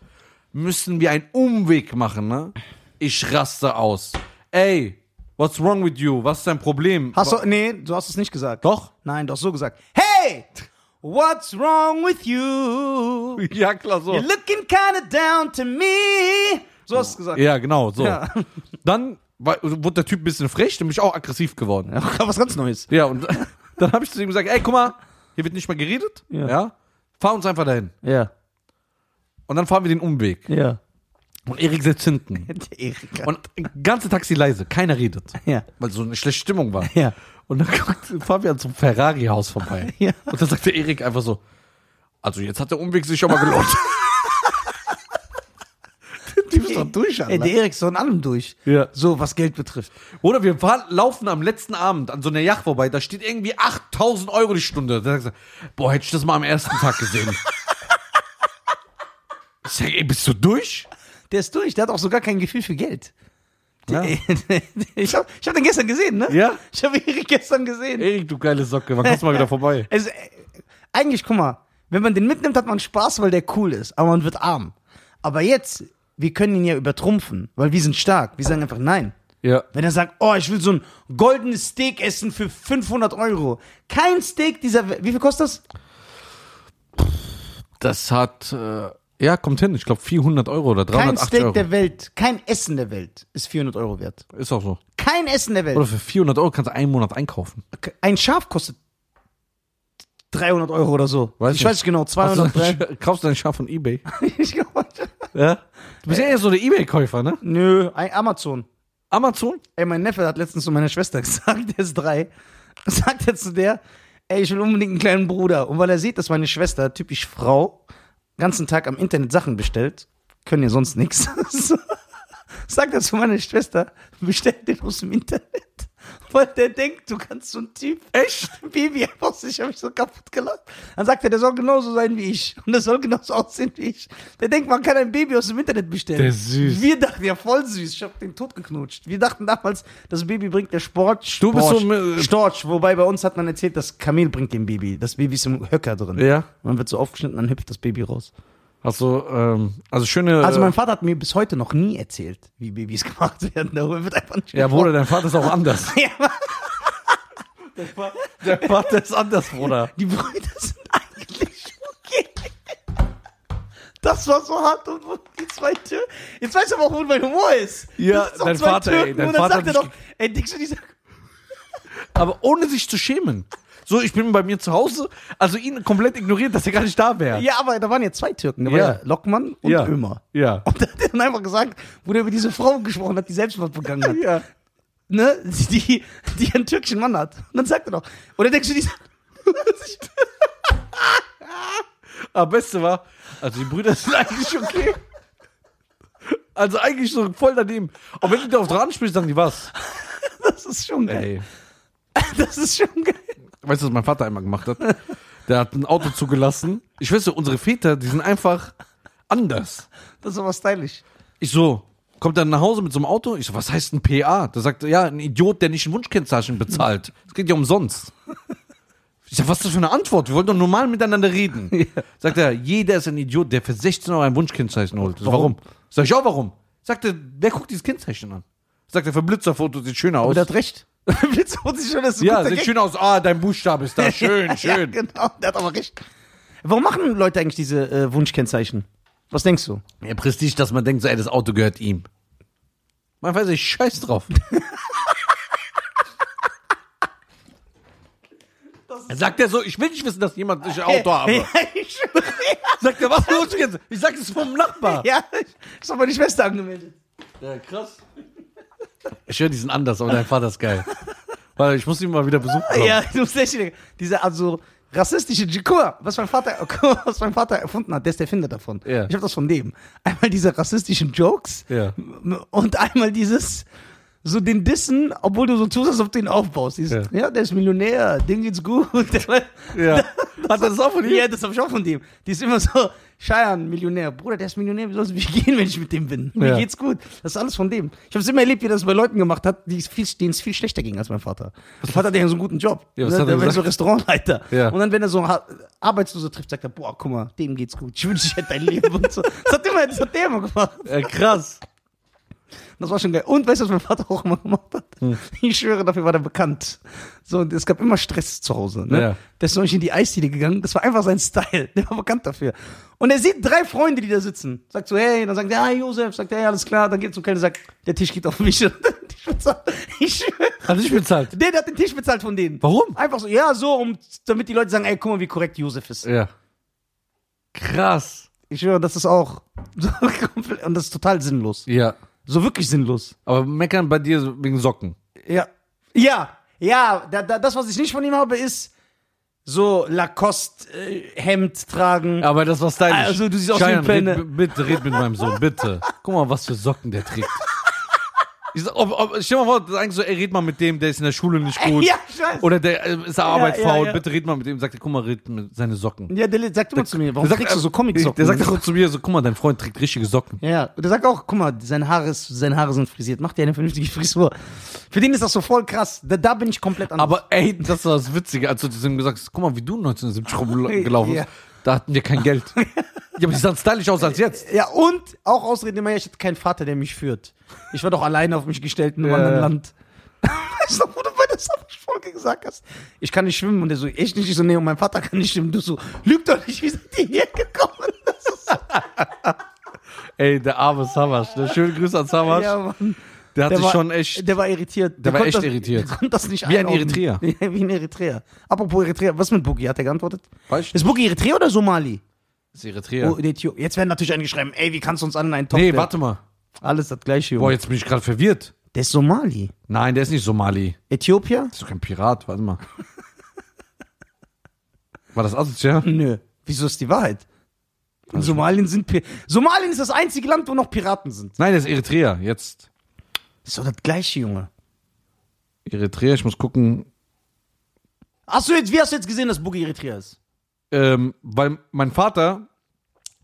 Speaker 1: Müssen wir einen Umweg machen, ne? Ich raste aus. Ey, what's wrong with you? Was ist dein Problem?
Speaker 2: Hast
Speaker 1: Wa-
Speaker 2: du, nee, du hast es nicht gesagt.
Speaker 1: Doch?
Speaker 2: Nein, du hast so gesagt. Hey! What's wrong with you?
Speaker 1: <laughs> Ja, klar, so.
Speaker 2: You're looking kinda down to me. So hast du es gesagt.
Speaker 1: Ja, genau, so.
Speaker 2: Ja.
Speaker 1: Dann war, wurde der Typ ein bisschen frech, dann bin ich auch aggressiv geworden.
Speaker 2: Ach, Was ganz Neues.
Speaker 1: Ja, und <laughs> dann habe ich zu ihm gesagt, ey, guck mal, hier wird nicht mehr geredet.
Speaker 2: Ja.
Speaker 1: Fahr uns einfach dahin.
Speaker 2: Ja.
Speaker 1: Und dann fahren wir den Umweg.
Speaker 2: <laughs> Ja.
Speaker 1: Und Erik sitzt hinten.
Speaker 2: Der
Speaker 1: <laughs>
Speaker 2: Erika.
Speaker 1: Und ganze Taxi leise, keiner redet.
Speaker 2: Ja.
Speaker 1: Weil so eine schlechte Stimmung <laughs> war.
Speaker 2: Ja.
Speaker 1: Und dann guckt Fabian zum Ferrari-Haus <laughs> vorbei.
Speaker 2: Ja.
Speaker 1: Und dann sagte Erik einfach so: Also, jetzt hat der Umweg sich schon mal <laughs> gelohnt. Der Typ ist doch durch,
Speaker 2: Ey, der Erik ist so in allem durch.
Speaker 1: Ja.
Speaker 2: So, was Geld betrifft.
Speaker 1: Oder wir fahren, laufen am letzten Abend an so einer Yacht vorbei, da steht irgendwie 8000 Euro die Stunde. Da sagst du, boah, hätte ich das mal am ersten Tag gesehen. <laughs> ich sag, ey, bist du durch?
Speaker 2: Der ist durch, der hat auch sogar kein Gefühl für Geld.
Speaker 1: Ja.
Speaker 2: <laughs> ich habe ich hab den gestern gesehen, ne?
Speaker 1: Ja.
Speaker 2: Ich habe Erik gestern gesehen.
Speaker 1: Erik, du geile Socke, wann kommst du mal wieder vorbei?
Speaker 2: Also, äh, eigentlich, guck mal, wenn man den mitnimmt, hat man Spaß, weil der cool ist, aber man wird arm. Aber jetzt, wir können ihn ja übertrumpfen, weil wir sind stark. Wir sagen einfach nein.
Speaker 1: Ja.
Speaker 2: Wenn er sagt, oh, ich will so ein goldenes Steak essen für 500 Euro. Kein Steak dieser Welt. Wie viel kostet das?
Speaker 1: Das hat, äh, ja, kommt hin, ich glaube 400 Euro oder
Speaker 2: Kein
Speaker 1: 380
Speaker 2: Steak
Speaker 1: Euro.
Speaker 2: der Welt, kein Essen der Welt ist 400 Euro wert.
Speaker 1: Ist auch so.
Speaker 2: Kein Essen der Welt.
Speaker 1: Oder für 400 Euro kannst du einen Monat einkaufen.
Speaker 2: ein Schaf kostet 300 Euro oder so.
Speaker 1: Weiß
Speaker 2: ich
Speaker 1: nicht.
Speaker 2: weiß nicht genau, 203.
Speaker 1: Also, <laughs> kaufst du ein Schaf von
Speaker 2: <laughs>
Speaker 1: Ebay?
Speaker 2: ich glaub,
Speaker 1: ja. Du bist ja eher so der Ebay-Käufer, ne?
Speaker 2: nö, ein Amazon.
Speaker 1: Amazon?
Speaker 2: Ey, mein Neffe hat letztens zu meiner Schwester <laughs> gesagt, der ist drei, sagt er zu der, ey, ich will unbedingt einen kleinen Bruder. Und weil er sieht, dass meine Schwester, typisch Frau, ganzen Tag am Internet Sachen bestellt, können ihr sonst <laughs> nichts. Sagt er zu meiner Schwester, bestell den aus dem Internet. Weil der denkt, du kannst so ein Typ. Echt? <laughs> Baby, einfach sich, hab ich so kaputt gelacht. Dann sagt er, der soll genauso sein wie ich. Und der soll genauso <laughs> aussehen wie ich. Der denkt, man kann ein Baby aus dem Internet bestellen.
Speaker 1: Der ist süß.
Speaker 2: Wir dachten, ja, voll süß. Ich hab den tot geknutscht. Wir dachten damals, das Baby bringt der Sport.
Speaker 1: Du
Speaker 2: Storch,
Speaker 1: bist so ein-
Speaker 2: Storch. Wobei bei uns hat man erzählt, das Kamel bringt dem Baby. Das Baby ist im Höcker drin.
Speaker 1: Ja.
Speaker 2: Man wird so aufgeschnitten, dann hüpft das Baby raus.
Speaker 1: Also, ähm, also schöne.
Speaker 2: Also
Speaker 1: äh,
Speaker 2: mein Vater hat mir bis heute noch nie erzählt, wie Babys <laughs> gemacht werden. Darüber wird einfach nicht
Speaker 1: äh, Ja, Bruder, dein Vater ist auch anders.
Speaker 2: <laughs> Ja,
Speaker 1: Der Vater ist anders, Bruder.
Speaker 2: <laughs> Die Brüder sind eigentlich okay. Das war so hart und wo- die zwei Türen. Jetzt weißt du aber auch, wo mein Humor ist.
Speaker 1: Ja,
Speaker 2: Das ist doch
Speaker 1: dein
Speaker 2: zwei
Speaker 1: Vater, ey, dein
Speaker 2: und dann
Speaker 1: Vater
Speaker 2: sagt er
Speaker 1: hat
Speaker 2: doch,
Speaker 1: mich
Speaker 2: ey, Dixon, die sagt,
Speaker 1: Aber ohne sich zu schämen. So, ich bin bei mir zu Hause. Also ihn komplett ignoriert, dass er gar nicht da wäre.
Speaker 2: Ja, aber da waren ja zwei Türken. Da
Speaker 1: Ja.
Speaker 2: war ja Lockmann und
Speaker 1: Ja.
Speaker 2: Ömer. <laughs>
Speaker 1: Ja.
Speaker 2: Und da hat er dann einfach gesagt, wo der über diese Frau gesprochen hat, die Selbstmord begangen hat.
Speaker 1: ja.
Speaker 2: Ne? <laughs> Die, die einen türkischen Mann hat. Und dann sagt er doch. Oder denkst du, die
Speaker 1: Aber Beste war, also die Brüder sind <laughs> eigentlich okay. Also eigentlich so voll daneben. Und wenn du darauf dran spielst, sagen die was.
Speaker 2: <laughs> Das ist schon geil.
Speaker 1: Ey.
Speaker 2: Das ist schon geil.
Speaker 1: Weißt du, was mein Vater einmal gemacht hat? Der hat ein Auto zugelassen. Ich weiß nicht, unsere Väter, die sind einfach anders.
Speaker 2: Das ist aber stylisch.
Speaker 1: Ich so, kommt dann nach Hause mit so einem Auto? Ich so, was heißt ein PA? Da sagt er, ja, ein Idiot, der nicht ein Wunschkennzeichen bezahlt. Das geht ja umsonst. Ich sag, was ist das für eine Antwort? Wir wollen doch normal miteinander reden. Sagt er, jeder ist ein Idiot, der für 16 Euro ein Wunschkennzeichen holt. Ich so, warum? Sag ich auch, warum? Sagt er, wer guckt dieses Kennzeichen an? Sagt er, für Blitzerfoto sieht schöner aus.
Speaker 2: Und er hat recht. <laughs> Blitz holt sich schon, das ist ein
Speaker 1: ja,
Speaker 2: guter
Speaker 1: sieht
Speaker 2: Gag.
Speaker 1: schön aus. Ah, dein Buchstabe ist da. Schön, schön.
Speaker 2: <laughs> Ja, genau, der hat aber recht. Warum machen Leute eigentlich diese äh, Wunschkennzeichen? Was denkst du?
Speaker 1: Mehr Prestige, dass man denkt, so, ey, das Auto gehört ihm. Man weiß, ich scheiß drauf. Sagt er so, ich will nicht wissen, dass jemand ich ein Auto <laughs> habe.
Speaker 2: Ja, ich schwöre.
Speaker 1: Sagt er, was los jetzt? Ich sag das vom Nachbar.
Speaker 2: <laughs> Ja, ich- das hat meine Schwester angemeldet.
Speaker 1: Ja, krass. Ich höre, die sind anders, aber dein Vater ist geil. Weil ich muss ihn mal wieder besuchen. kommen.
Speaker 2: Ja, du musst echt denken. Diese also rassistische Guck mal, was mein Vater, <laughs> guck mal, was mein Vater erfunden hat, der ist der Finder davon.
Speaker 1: Ja.
Speaker 2: Ich habe das von dem. Einmal diese rassistischen Jokes
Speaker 1: Ja.
Speaker 2: m- und einmal dieses so den Dissen, obwohl du so tust, als ob du ihn aufbaust. Dieses, ja.
Speaker 1: Ja.
Speaker 2: der ist Millionär, dem geht's gut. <laughs>
Speaker 1: Ja. <laughs> Hat er das auch von ihm?
Speaker 2: Ja, das habe ich auch von dem. Die ist immer so, Scheiern, Millionär. Bruder, der ist Millionär, wie soll es mir gehen, wenn ich mit dem bin? Mir
Speaker 1: Ja.
Speaker 2: geht's gut. Das ist alles von dem. Ich habe es immer erlebt, wie er das bei Leuten gemacht hat, die es viel, denen es viel schlechter ging als mein Vater. Mein Vater hat ja so einen guten Job.
Speaker 1: Ja, was
Speaker 2: Ne?
Speaker 1: hat er
Speaker 2: der war
Speaker 1: gesagt?
Speaker 2: so Restaurantleiter.
Speaker 1: Ja.
Speaker 2: Und dann, wenn er so ha- Arbeitslose trifft, sagt er, boah, guck mal, dem geht's gut. Ich wünsche, ich hätte dein Leben und so. Das hat, immer, das hat der immer gemacht.
Speaker 1: Ja, Äh, krass.
Speaker 2: Das war schon geil. Und weißt du, was mein Vater auch immer gemacht hat?
Speaker 1: Hm.
Speaker 2: Ich schwöre, dafür war der bekannt. So, und es gab immer Stress zu Hause. Ne?
Speaker 1: Ja.
Speaker 2: Der ist neulich in die Eisdiele gegangen. Das war einfach sein Style. Der war bekannt dafür. Und er sieht drei Freunde, die da sitzen. Sagt so, hey, dann sagt er, hey, Josef. Sagt er, hey, alles klar. Dann geht zum Kellner, sagt, der Tisch geht auf mich. <laughs> Und der Tisch bezahlt. Ich schwöre.
Speaker 1: Hat nicht bezahlt.
Speaker 2: Der, der hat den Tisch bezahlt von denen.
Speaker 1: Warum?
Speaker 2: Einfach so, ja, so, um, damit die Leute sagen, ey, guck mal, wie korrekt Josef ist.
Speaker 1: Ja. Krass.
Speaker 2: Ich schwöre, das ist auch so <laughs> komplett, und das ist total sinnlos.
Speaker 1: Ja.
Speaker 2: So wirklich sinnlos.
Speaker 1: Aber meckern bei dir wegen Socken.
Speaker 2: Ja. Ja, ja, da, da, das, was ich nicht von ihm habe, ist so Lacoste-Hemd tragen.
Speaker 1: Aber das war stylisch.
Speaker 2: Also, du siehst aus wie ein
Speaker 1: Schein,
Speaker 2: Penne.
Speaker 1: red, Bitte, red mit meinem Sohn, bitte. Guck mal, was für Socken der trägt. Ich sag, ob, ob, stell mal vor, du sagst so, ey, red mal mit dem, der ist in der Schule nicht
Speaker 2: <laughs>
Speaker 1: gut.
Speaker 2: Ja, scheiße.
Speaker 1: Oder der äh, ist der Arbeit
Speaker 2: ja,
Speaker 1: faul,
Speaker 2: ja.
Speaker 1: bitte red mal mit dem. Sagt er, guck mal, red mit seine Socken.
Speaker 2: ja, der sagt immer zu mir, warum
Speaker 1: Der sagt,
Speaker 2: trägst du so
Speaker 1: äh,
Speaker 2: Comic-Socken?
Speaker 1: Der sagt auch zu mir so, guck mal, dein Freund trägt richtige Socken.
Speaker 2: ja, und der sagt auch, guck mal, seine Haare, ist, seine Haare sind frisiert, mach dir eine vernünftige Frisur. Für den ist das so voll krass. Da, da bin ich komplett anders.
Speaker 1: Aber ey, das war das Witzige, als du zu ihm gesagt hast, guck mal, wie du 1970 rumgelaufen bist.
Speaker 2: Ja.
Speaker 1: Da hatten wir kein
Speaker 2: <laughs>
Speaker 1: Geld. ja, aber die sahen stylisch aus als jetzt.
Speaker 2: ja, und auch Ausreden immer, ja, ich hatte keinen Vater, der mich führt. Ich war doch alleine auf mich gestellt in einem
Speaker 1: Ja,
Speaker 2: anderen
Speaker 1: ja.
Speaker 2: Land. <laughs> Weißt du, wo du bei der Sommerfolge gesagt hast? Ich kann nicht schwimmen. Und der so, echt nicht? Ich so, nee, und mein Vater kann nicht schwimmen. Du so, lüg doch nicht, wie sind die hier gekommen? <laughs> Das ist
Speaker 1: Ey, der arme Savasch. Ne? Schönen Grüße an Savasch.
Speaker 2: Ja, Mann.
Speaker 1: der hat
Speaker 2: Der
Speaker 1: sich
Speaker 2: war,
Speaker 1: schon echt
Speaker 2: Der war irritiert.
Speaker 1: war
Speaker 2: konnte
Speaker 1: echt
Speaker 2: das,
Speaker 1: irritiert.
Speaker 2: Der konnte das nicht
Speaker 1: Wie ein
Speaker 2: einordnen.
Speaker 1: Eritreer.
Speaker 2: <laughs> Ja, wie ein Eritreer. Apropos Eritreer, was mit Boogie? Hat er geantwortet?
Speaker 1: Weiß ich
Speaker 2: Ist Boogie Eritreer oder Somali?
Speaker 1: ist Eritrea.
Speaker 2: Oh, der Tio- Jetzt werden natürlich einige schreiben, ey, wie kannst du uns alle in einen Top
Speaker 1: nee,
Speaker 2: werfen?
Speaker 1: warte mal.
Speaker 2: Alles das gleiche,
Speaker 1: Boah,
Speaker 2: Junge.
Speaker 1: jetzt bin ich gerade verwirrt.
Speaker 2: Der ist Somali.
Speaker 1: Nein, der ist nicht Somali.
Speaker 2: Äthiopier?
Speaker 1: Das ist doch kein Pirat, warte
Speaker 2: <laughs>
Speaker 1: mal. War das asozial?
Speaker 2: Nö. Wieso ist die Wahrheit? In
Speaker 1: Also-
Speaker 2: Somalien sind Pi Somalien ist das einzige Land, wo noch Piraten sind.
Speaker 1: Nein, der ist Eritrea. Jetzt.
Speaker 2: Ist doch das gleiche, Junge.
Speaker 1: Eritrea, ich muss gucken.
Speaker 2: Achso, jetzt, wie hast du jetzt gesehen, dass Boogie Eritrea ist?
Speaker 1: Ähm, weil mein Vater.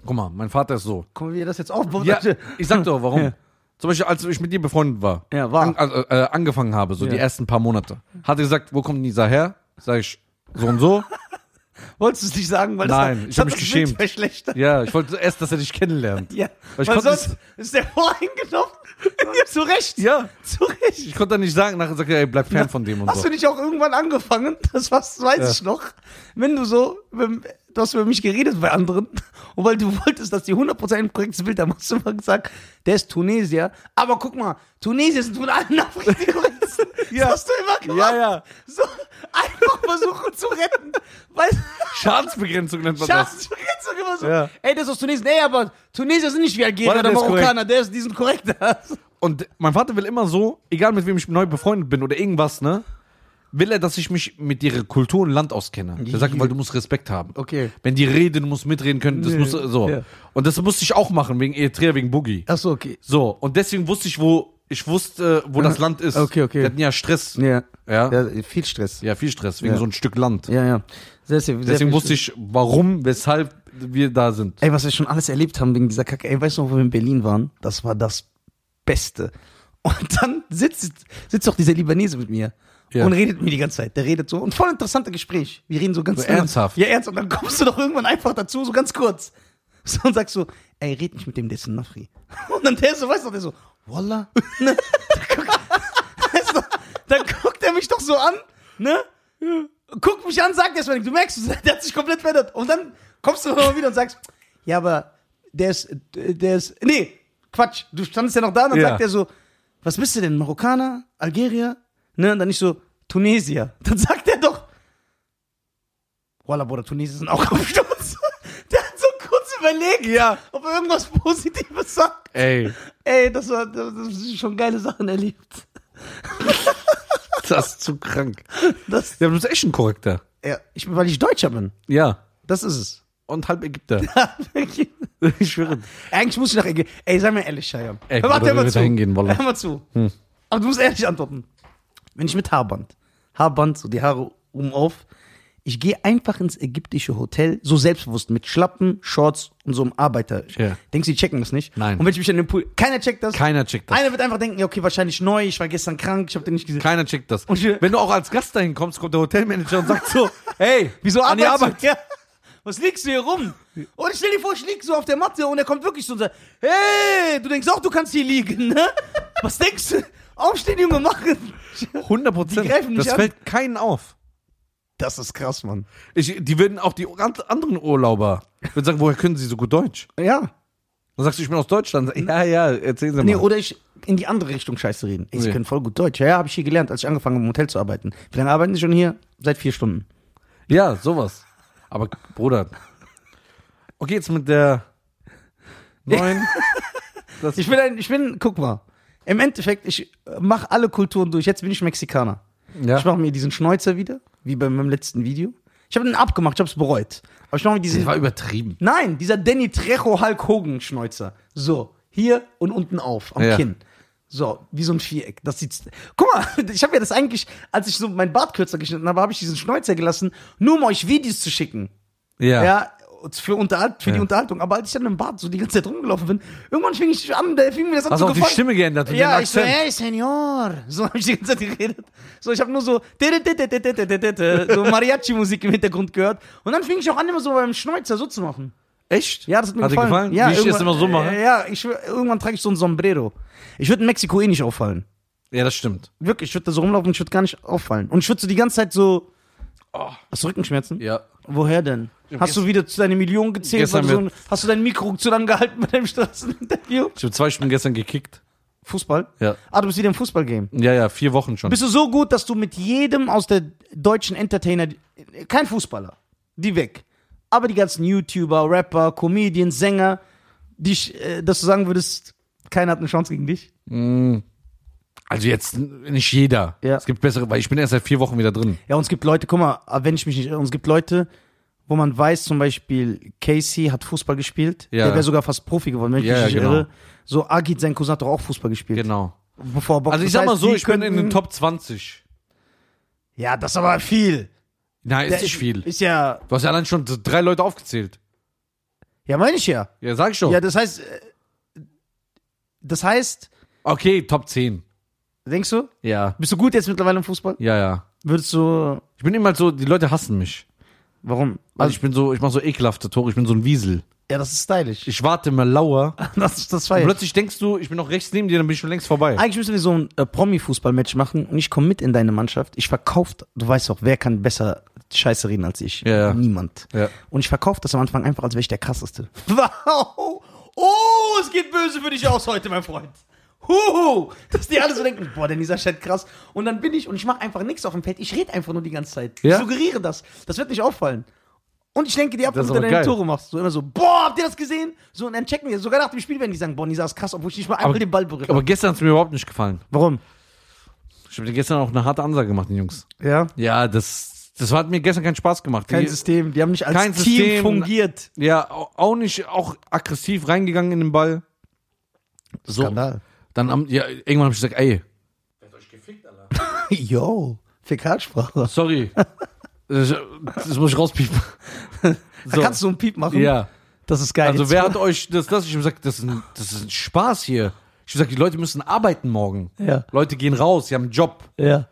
Speaker 1: Guck mal, mein Vater ist so.
Speaker 2: Guck mal, wie er das jetzt aufbaut.
Speaker 1: Ja, ich sag doch, warum.
Speaker 2: <laughs> Ja.
Speaker 1: Zum Beispiel, als ich mit dir befreundet war,
Speaker 2: Ja, war.
Speaker 1: An, also, äh, angefangen habe, so
Speaker 2: Ja.
Speaker 1: die ersten paar Monate, hat er gesagt, wo kommt dieser her? Sag ich, so und
Speaker 2: <laughs>
Speaker 1: so.
Speaker 2: Wolltest du es nicht sagen? Weil
Speaker 1: Nein,
Speaker 2: das,
Speaker 1: ich hab mich
Speaker 2: das Bild
Speaker 1: geschämt.
Speaker 2: verschlechtert.
Speaker 1: ja, ich wollte erst, dass er dich kennenlernt.
Speaker 2: Ja,
Speaker 1: Weil
Speaker 2: weil,
Speaker 1: ich konnte
Speaker 2: sonst ist der <laughs> voreingenommen. zu Recht.
Speaker 1: Ja.
Speaker 2: Zu Recht.
Speaker 1: Ich konnte dann nicht sagen, nachher sagt er, ey, bleib fern von dem und
Speaker 2: Hast
Speaker 1: so.
Speaker 2: du nicht auch irgendwann angefangen? Das was, weiß
Speaker 1: Ja.
Speaker 2: ich noch. Wenn du so, wenn, du hast über mich geredet bei anderen <laughs> und weil du wolltest, dass die 100% ein korrektes Bild haben, hast du immer gesagt, der ist Tunesier. Aber
Speaker 1: <laughs>
Speaker 2: guck mal, Tunesier sind von allen Afrikanern die korrektesten.
Speaker 1: Ja.
Speaker 2: Das hast du immer gemacht.
Speaker 1: Ja, ja.
Speaker 2: So, einfach einfach versuchen zu retten.
Speaker 1: <laughs>
Speaker 2: Weißt
Speaker 1: Schadensbegrenzung nennt
Speaker 2: du,
Speaker 1: man das.
Speaker 2: Schadensbegrenzung immer so.
Speaker 1: Ja.
Speaker 2: Ey, der ist aus Tunesien. Nee, aber Tunesier sind nicht wie Algerier
Speaker 1: Warte,
Speaker 2: oder
Speaker 1: der ist
Speaker 2: Marokkaner. Der ist, die sind korrekter.
Speaker 1: Und mein Vater will immer so, egal mit wem ich neu befreundet bin oder irgendwas, ne? Will er, dass ich mich mit ihrer Kultur und Land auskenne. Der sagt, weil du musst Respekt haben.
Speaker 2: Okay.
Speaker 1: Wenn die reden, du musst mitreden können, das
Speaker 2: Nee,
Speaker 1: muss so.
Speaker 2: ja.
Speaker 1: Und das musste ich auch machen, wegen Eritrea, wegen Boogie.
Speaker 2: Achso, okay.
Speaker 1: So, und deswegen wusste ich, wo ich wusste, wo das Land ist.
Speaker 2: Okay, okay.
Speaker 1: Wir hatten ja Stress.
Speaker 2: Ja.
Speaker 1: Ja. ja.
Speaker 2: viel Stress.
Speaker 1: viel Stress, wegen
Speaker 2: Ja.
Speaker 1: so ein Stück Land.
Speaker 2: Ja, ja. Sehr, sehr, sehr
Speaker 1: Deswegen
Speaker 2: viel
Speaker 1: wusste ich, warum, weshalb wir da sind.
Speaker 2: Ey, was wir schon alles erlebt haben wegen dieser Kacke. Ey, weißt du noch, wo wir in Berlin waren? Das war das Beste. Und dann sitzt, sitzt doch dieser Libanese mit mir
Speaker 1: Ja.
Speaker 2: und redet mit mir die ganze Zeit. Der redet so. Und voll interessante Gespräch. Wir reden so ganz
Speaker 1: So ernsthaft?
Speaker 2: Ja, ernst. Und dann kommst du doch irgendwann einfach dazu, so ganz kurz. So, und sagst so, ey, red nicht mit dem, der ist ein Nafri. <laughs> Und dann der so, weißt du, der so, Wallah. Ne? Da guckt- weißt du, dann guckt er mich doch so an, ne? guckt mich an, sagt erstmal nichts. Du merkst, <laughs> der hat sich komplett verändert. Und dann kommst du nochmal wieder und sagst, ja, aber der ist, der ist, nee, Quatsch, du standest ja noch da und dann
Speaker 1: Ja.
Speaker 2: sagt er so, was bist du denn, Marokkaner, Algerier? Ne, und dann nicht so, Tunesier. <laughs> Dann sagt er doch, Walla, Bruder, Tunesier sind auch am Sturz. <laughs> Der hat so kurz überlegt,
Speaker 1: Ja.
Speaker 2: ob er irgendwas Positives sagt. <laughs>
Speaker 1: Ey,
Speaker 2: Ey, das war, das, das sind schon geile Sachen erlebt.
Speaker 1: das ist zu krank.
Speaker 2: Das,
Speaker 1: Ja, du bist echt ein Korrekter.
Speaker 2: ja, ich, weil ich Deutscher bin.
Speaker 1: Ja.
Speaker 2: Das
Speaker 1: <laughs>
Speaker 2: ist es.
Speaker 1: Und halb
Speaker 2: <laughs>
Speaker 1: Ägypter. ich schwöre.
Speaker 2: Eigentlich muss ich nach Ägypten. Ey, sei mir ehrlich, Shaya.
Speaker 1: Ey,
Speaker 2: Hör
Speaker 1: Bruder,
Speaker 2: mal, hör
Speaker 1: wenn
Speaker 2: mal
Speaker 1: wir
Speaker 2: zu.
Speaker 1: da hingehen, Hm. Wallah.
Speaker 2: hör mal zu. Aber du musst ehrlich antworten. Wenn ich mit Haarband, Haarband, so die Haare oben auf, ich gehe einfach ins ägyptische Hotel, so selbstbewusst, mit Schlappen, Shorts und so einem Arbeiter.
Speaker 1: Ja.
Speaker 2: Denkst du, die checken das nicht?
Speaker 1: Nein.
Speaker 2: Und wenn ich mich an den Pool. Keiner checkt das.
Speaker 1: Keiner checkt das.
Speaker 2: Einer wird einfach denken, ja, okay, wahrscheinlich neu, ich war gestern krank, ich habe den nicht gesehen.
Speaker 1: Keiner checkt das.
Speaker 2: Und wir-
Speaker 1: Wenn du auch als Gast dahin kommst, kommt der Hotelmanager und sagt so, hey,
Speaker 2: Wieso
Speaker 1: an die Arbeit?
Speaker 2: arbeitest du? Ja. Was liegst du hier rum? Und stell dir vor, ich lieg so auf der Matte und er kommt wirklich so und sagt, hey, du denkst auch, du kannst hier liegen, ne? Was denkst du? Aufstehen, Junge, machen.
Speaker 1: 100
Speaker 2: <laughs> Die greifen
Speaker 1: Prozent.
Speaker 2: mich
Speaker 1: Das
Speaker 2: an.
Speaker 1: fällt keinen auf.
Speaker 2: Das ist krass, Mann.
Speaker 1: Ich, die würden auch die ganz anderen Urlauber würden sagen, woher können sie so gut Deutsch?
Speaker 2: Ja.
Speaker 1: Dann sagst du, ich bin aus Deutschland. Ja, ja, erzählen Sie mal.
Speaker 2: Nee, oder ich in die andere Richtung scheiße reden. Ey, sie
Speaker 1: Nee.
Speaker 2: können voll gut Deutsch. Ja, ja, habe ich hier gelernt, als ich angefangen habe, im Hotel zu arbeiten. Wie lange arbeiten Sie schon hier? Seit vier Stunden.
Speaker 1: ja, sowas. Aber Bruder. Okay, jetzt mit der
Speaker 2: <laughs>
Speaker 1: neuen. Das,
Speaker 2: Ich bin ein, ich bin, guck mal. Im Endeffekt, ich mache alle Kulturen durch. Jetzt bin ich Mexikaner.
Speaker 1: ja.
Speaker 2: Ich mache mir diesen Schnäuzer wieder, wie bei meinem letzten Video. Ich habe den abgemacht, ich habe es bereut. Aber ich mache mir diesen
Speaker 1: Das war übertrieben.
Speaker 2: Nein, dieser Danny Trejo Hulk Hogan Schnäuzer. So, hier und unten auf, am
Speaker 1: Ja.
Speaker 2: Kinn. So, wie so ein Viereck. Das sieht's. Guck mal, <laughs> ich habe ja das eigentlich, als ich so mein Bart kürzer geschnitten habe, habe ich diesen Schnäuzer gelassen, nur um euch Videos zu schicken.
Speaker 1: Ja.
Speaker 2: Ja. für Unterhalt, für die
Speaker 1: Ja.
Speaker 2: Unterhaltung. Aber als ich dann im Bart so die ganze Zeit rumgelaufen bin, irgendwann fing ich an, da fing mir das an
Speaker 1: Hast
Speaker 2: zu
Speaker 1: auch die
Speaker 2: gefallen.
Speaker 1: Stimme geändert und
Speaker 2: Ja,
Speaker 1: den
Speaker 2: ich so,
Speaker 1: Akzent.
Speaker 2: hey, Senor. So habe ich die ganze Zeit geredet. So, ich habe nur so, so Mariachi-Musik im Hintergrund gehört. Und dann fing ich auch an, immer so beim Schnäuzer so zu machen.
Speaker 1: Echt?
Speaker 2: Ja, das hat mir
Speaker 1: Hat dir
Speaker 2: gefallen.
Speaker 1: gefallen?
Speaker 2: Ja,
Speaker 1: Wie ich das
Speaker 2: irgendwann-
Speaker 1: immer so mache?
Speaker 2: äh, Ja, ich, schwör, irgendwann trage ich so ein Sombrero. Ich würde in Mexiko eh nicht auffallen.
Speaker 1: Ja, das stimmt.
Speaker 2: Wirklich, ich würde da so rumlaufen, ich würde gar nicht auffallen. Und ich würde so die ganze Zeit so.
Speaker 1: Oh.
Speaker 2: Hast du Rückenschmerzen?
Speaker 1: Ja.
Speaker 2: Woher denn? Hast du wieder zu deine Millionen gezählt?
Speaker 1: gestern
Speaker 2: Weil du so ein, hast du dein Mikro zu lang gehalten bei deinem Straßeninterview?
Speaker 1: Ich habe zwei Stunden gestern gekickt.
Speaker 2: Fußball?
Speaker 1: Ja.
Speaker 2: Ah, du bist wieder im Fußballgame.
Speaker 1: Ja, ja, vier Wochen schon.
Speaker 2: Bist du so gut, dass du mit jedem aus der deutschen Entertainer, kein Fußballer, die weg, aber die ganzen YouTuber, Rapper, Comedians, Sänger, die, ich, äh, dass du sagen würdest, keiner hat eine Chance gegen dich?
Speaker 1: also jetzt n- nicht jeder.
Speaker 2: Ja.
Speaker 1: Es gibt bessere, weil ich bin erst seit vier Wochen wieder drin.
Speaker 2: Ja, und es gibt Leute, guck mal, äh, wenn ich mich nicht irre, und es gibt Leute, wo man weiß, zum Beispiel Casey hat Fußball gespielt,
Speaker 1: Ja.
Speaker 2: der wäre sogar fast Profi geworden, wenn ich
Speaker 1: Ja,
Speaker 2: mich nicht
Speaker 1: ja, genau.
Speaker 2: irre. So, Agit, sein Cousin, hat doch auch Fußball gespielt.
Speaker 1: Genau.
Speaker 2: Bevor er Boxen-
Speaker 1: Also ich
Speaker 2: Das
Speaker 1: sag mal
Speaker 2: heißt,
Speaker 1: so,
Speaker 2: die
Speaker 1: ich bin in den
Speaker 2: könnten-
Speaker 1: Top 20.
Speaker 2: Ja, das ist aber viel.
Speaker 1: Nein, ist
Speaker 2: Der-
Speaker 1: nicht viel.
Speaker 2: Ist ja,
Speaker 1: Du hast ja allein schon so drei Leute aufgezählt.
Speaker 2: ja meine ich ja.
Speaker 1: Ja, sag ich schon.
Speaker 2: Ja, das heißt, äh, das heißt,
Speaker 1: okay, Top 10.
Speaker 2: denkst du,
Speaker 1: Ja.
Speaker 2: bist du gut jetzt mittlerweile im Fußball?
Speaker 1: Ja, ja.
Speaker 2: Würdest du,
Speaker 1: Ich bin immer so, die Leute hassen mich.
Speaker 2: warum?
Speaker 1: Also
Speaker 2: Also,
Speaker 1: ich bin so, ich mache so ekelhafte Tore, ich bin so ein Wiesel.
Speaker 2: ja, das ist stylisch. <laughs>
Speaker 1: Ich warte immer lauer.
Speaker 2: Das, ist- das war
Speaker 1: Und
Speaker 2: ja.
Speaker 1: plötzlich denkst du, ich bin noch rechts neben dir, dann bin ich schon längst vorbei.
Speaker 2: Eigentlich müssen wir so ein äh, Promi-Fußball-Match machen und ich komme mit in deine Mannschaft. Ich verkaufe, du weißt auch, wer kann besser Scheiße reden als ich?
Speaker 1: Ja, ja.
Speaker 2: Niemand.
Speaker 1: Ja.
Speaker 2: Und ich verkaufe das am Anfang einfach, <laughs> als wäre ich der krasseste. Wow! Oh, es geht böse für dich aus heute, mein Freund. Huhu! Dass die alle so denken, boah, der Nisa Chat halt krass. Und dann bin ich und ich mache einfach nichts auf dem Feld. Ich rede einfach nur die ganze Zeit.
Speaker 1: Ja.
Speaker 2: Ich suggeriere das. Das wird nicht auffallen. Und ich denke dir ab,
Speaker 1: Das
Speaker 2: wenn
Speaker 1: ist
Speaker 2: du
Speaker 1: aber
Speaker 2: deine
Speaker 1: geil.
Speaker 2: Tore machst. So immer so, boah, habt ihr das gesehen? So, und dann checken wir. Sogar nach dem Spiel werden die sagen, boah, Nisa ist krass, obwohl ich nicht mal einmal
Speaker 1: Aber-
Speaker 2: den Ball berühre.
Speaker 1: Aber gestern hat es mir überhaupt nicht gefallen.
Speaker 2: Warum?
Speaker 1: Ich habe dir gestern auch eine harte Ansage gemacht, den Jungs.
Speaker 2: Ja.
Speaker 1: Ja, das, das hat mir gestern keinen Spaß gemacht.
Speaker 2: Kein
Speaker 1: die,
Speaker 2: System. Die haben nicht als
Speaker 1: Kein
Speaker 2: Team
Speaker 1: System.
Speaker 2: fungiert.
Speaker 1: ja, au- auch nicht, auch aggressiv reingegangen in den Ball. So. Dann am, ja, irgendwann habe ich gesagt, ey,
Speaker 2: <laughs> Yo. Fäkalsprache. <laughs>
Speaker 1: sorry. das, das muss ich rauspiepen.
Speaker 2: Da kannst du einen Piep machen.
Speaker 1: ja.
Speaker 2: Das ist geil.
Speaker 1: Also
Speaker 2: Jetzt-
Speaker 1: wer hat euch das, das? Ich habe gesagt, das ist, ein, das ist ein Spaß hier. Ich habe gesagt, die Leute müssen arbeiten morgen.
Speaker 2: Ja.
Speaker 1: Leute gehen raus, die haben einen Job.
Speaker 2: Ja.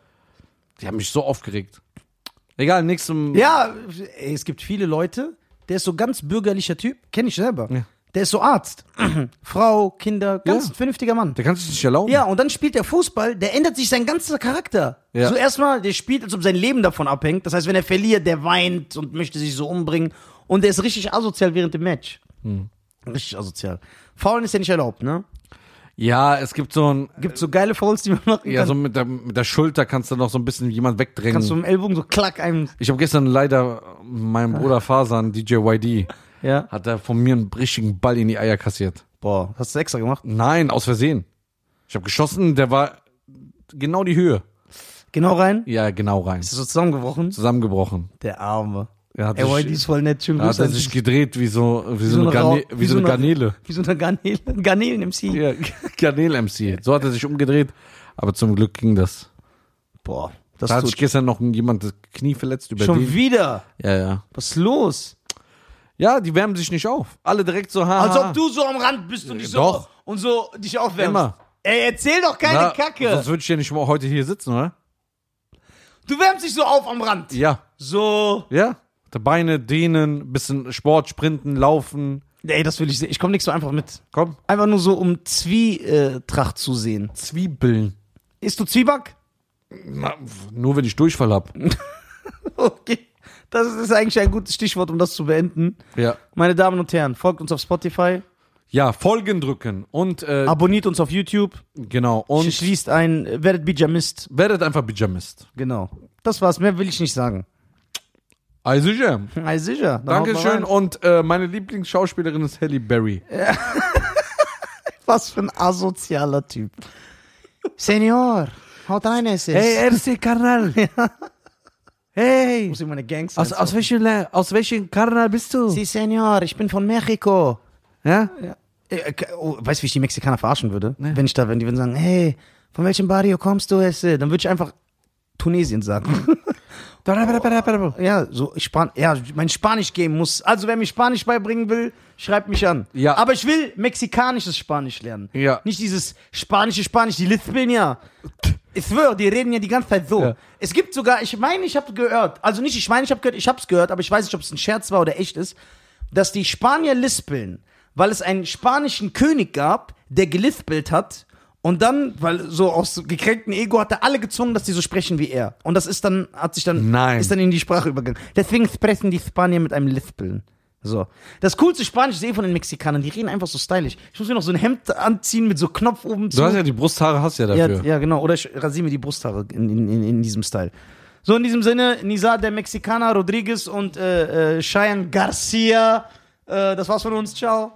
Speaker 1: Die haben mich so aufgeregt. Egal, nächstem.
Speaker 2: Ja, ey, es gibt viele Leute, der ist so ganz bürgerlicher Typ, kenne ich selber.
Speaker 1: Ja.
Speaker 2: Der ist so Arzt, <clears throat> Frau, Kinder, ganz
Speaker 1: Ja.
Speaker 2: vernünftiger Mann.
Speaker 1: Der kann sich nicht erlauben.
Speaker 2: Ja, und dann spielt der Fußball, der ändert sich sein ganzer Charakter.
Speaker 1: Ja.
Speaker 2: So erstmal, der spielt, als ob sein Leben davon abhängt. Das heißt, wenn er verliert, der weint und möchte sich so umbringen. Und der ist richtig asozial während dem Match.
Speaker 1: Hm.
Speaker 2: Richtig asozial. Faulen ist ja nicht erlaubt, ne?
Speaker 1: Ja, es gibt so ein.
Speaker 2: Gibt so geile Fouls, die man machen
Speaker 1: Ja,
Speaker 2: kann.
Speaker 1: so mit der, mit der Schulter kannst du noch so ein bisschen jemand wegdrängen.
Speaker 2: Kannst du im Ellbogen so klack einem.
Speaker 1: ich habe gestern leider meinem
Speaker 2: Ah.
Speaker 1: Bruder Fasan, DJ YD,
Speaker 2: Ja.
Speaker 1: hat er von mir einen richtigen Ball in die Eier kassiert.
Speaker 2: Boah, hast du extra gemacht?
Speaker 1: Nein, aus Versehen. Ich habe geschossen, der war genau die Höhe.
Speaker 2: Genau rein?
Speaker 1: Ja, genau rein.
Speaker 2: Ist das so zusammengebrochen?
Speaker 1: Zusammengebrochen.
Speaker 2: Der Arme.
Speaker 1: Er hat
Speaker 2: Ey,
Speaker 1: sich-
Speaker 2: boy, die ist voll also nett. Schön
Speaker 1: Da hat
Speaker 2: Grüße
Speaker 1: er
Speaker 2: an
Speaker 1: sich
Speaker 2: dich.
Speaker 1: gedreht wie so, wie so, eine, Garne,
Speaker 2: Rau-
Speaker 1: wie so eine
Speaker 2: <laughs>
Speaker 1: Garnele.
Speaker 2: Wie so eine Garnele. Garnelen im See.
Speaker 1: Ja, Garnel-MC. So hat er sich umgedreht, aber zum Glück ging das.
Speaker 2: Boah, das
Speaker 1: Da hat
Speaker 2: tut
Speaker 1: sich gestern noch jemand das Knie verletzt über
Speaker 2: schon
Speaker 1: den.
Speaker 2: wieder.
Speaker 1: Ja, ja.
Speaker 2: Was ist los?
Speaker 1: Ja, die wärmen sich nicht auf. Alle direkt so haha.
Speaker 2: Als ob du so am Rand bist und dich so
Speaker 1: Doch.
Speaker 2: und so dich aufwärmst.
Speaker 1: Immer.
Speaker 2: Ey, erzähl doch keine
Speaker 1: Na,
Speaker 2: Kacke.
Speaker 1: Sonst würde ich ja nicht mal heute hier sitzen, oder?
Speaker 2: Du wärmst dich so auf am Rand.
Speaker 1: Ja.
Speaker 2: So.
Speaker 1: Ja. Die Beine dehnen, bisschen Sport, Sprinten, Laufen.
Speaker 2: Ey, das will ich sehen. Ich komme nicht so einfach mit.
Speaker 1: Komm.
Speaker 2: Einfach nur so, um Zwietracht zu sehen.
Speaker 1: Zwiebeln.
Speaker 2: Isst du Zwieback?
Speaker 1: Na, pf, nur wenn ich Durchfall hab.
Speaker 2: <laughs> Okay. Das ist eigentlich ein gutes Stichwort, um das zu beenden.
Speaker 1: <laughs> Ja.
Speaker 2: Meine Damen und Herren, folgt uns auf Spotify,
Speaker 1: Ja, Folgen drücken und äh,
Speaker 2: abonniert uns auf YouTube.
Speaker 1: genau
Speaker 2: und
Speaker 1: und
Speaker 2: schließt ein, äh, werdet Bijamist.
Speaker 1: werdet einfach Bijamist.
Speaker 2: Genau. Das war's, mehr will ich nicht sagen.
Speaker 1: Also ja.
Speaker 2: Na sicher. dann haut mal
Speaker 1: Dankeschön.
Speaker 2: rein.
Speaker 1: Und äh, meine Lieblingsschauspielerin ist Halle Berry.
Speaker 2: Was für ein asozialer Typ. <laughs> Senior, haut rein, es ist.
Speaker 1: RC <laughs> Karnal. Hey.
Speaker 2: muss ich meine Gangs
Speaker 1: welchem, aus welchem Karnal bist du?
Speaker 2: Sie, Senior, ich bin von Mexiko.
Speaker 1: Ja?
Speaker 2: Äh, äh, oh, weißt du, wie ich die Mexikaner verarschen würde? Wenn ich da, wenn die würden sagen, hey, von welchem Barrio kommst du, Esse? Dann würde ich einfach Tunesien <laughs> sagen. ja, so ich Span ja, mein Spanisch-Game muss. Also, wer mir Spanisch beibringen will, schreibt mich an.
Speaker 1: Ja.
Speaker 2: Aber ich will mexikanisches Spanisch lernen.
Speaker 1: Ja.
Speaker 2: Nicht dieses spanische Spanisch, die lispeln ja. Ich schwöre, die reden ja die ganze Zeit so.
Speaker 1: Ja.
Speaker 2: Es gibt sogar, ich meine, ich habe gehört, also nicht, ich meine, ich habe gehört, ich habe es gehört, aber ich weiß nicht, ob es ein Scherz war oder echt ist, dass die Spanier lispeln, weil es einen spanischen König gab, der gelispelt hat und dann, weil so aus gekränktem Ego hat er alle gezwungen, dass die so sprechen wie er. Und das ist dann, hat sich dann,
Speaker 1: Nein.
Speaker 2: ist dann in die Sprache übergegangen. Deswegen sprechen die Spanier mit einem Lispeln. So. Das coolste Spanisch, ich sehe von den Mexikanern, die reden einfach so stylisch. Ich muss mir noch so ein Hemd anziehen mit so Knopf oben zu.
Speaker 1: Du hast ja die Brusthaare, hast ja
Speaker 2: Ja,
Speaker 1: dafür.
Speaker 2: ja, genau. Oder ich rasiere mir die Brusthaare in, in, in, in diesem Style. So, in diesem Sinne, Nizar, der Mexikaner, Rodriguez und äh, äh, Cheyenne Garcia. Äh, das war's von uns. Ciao.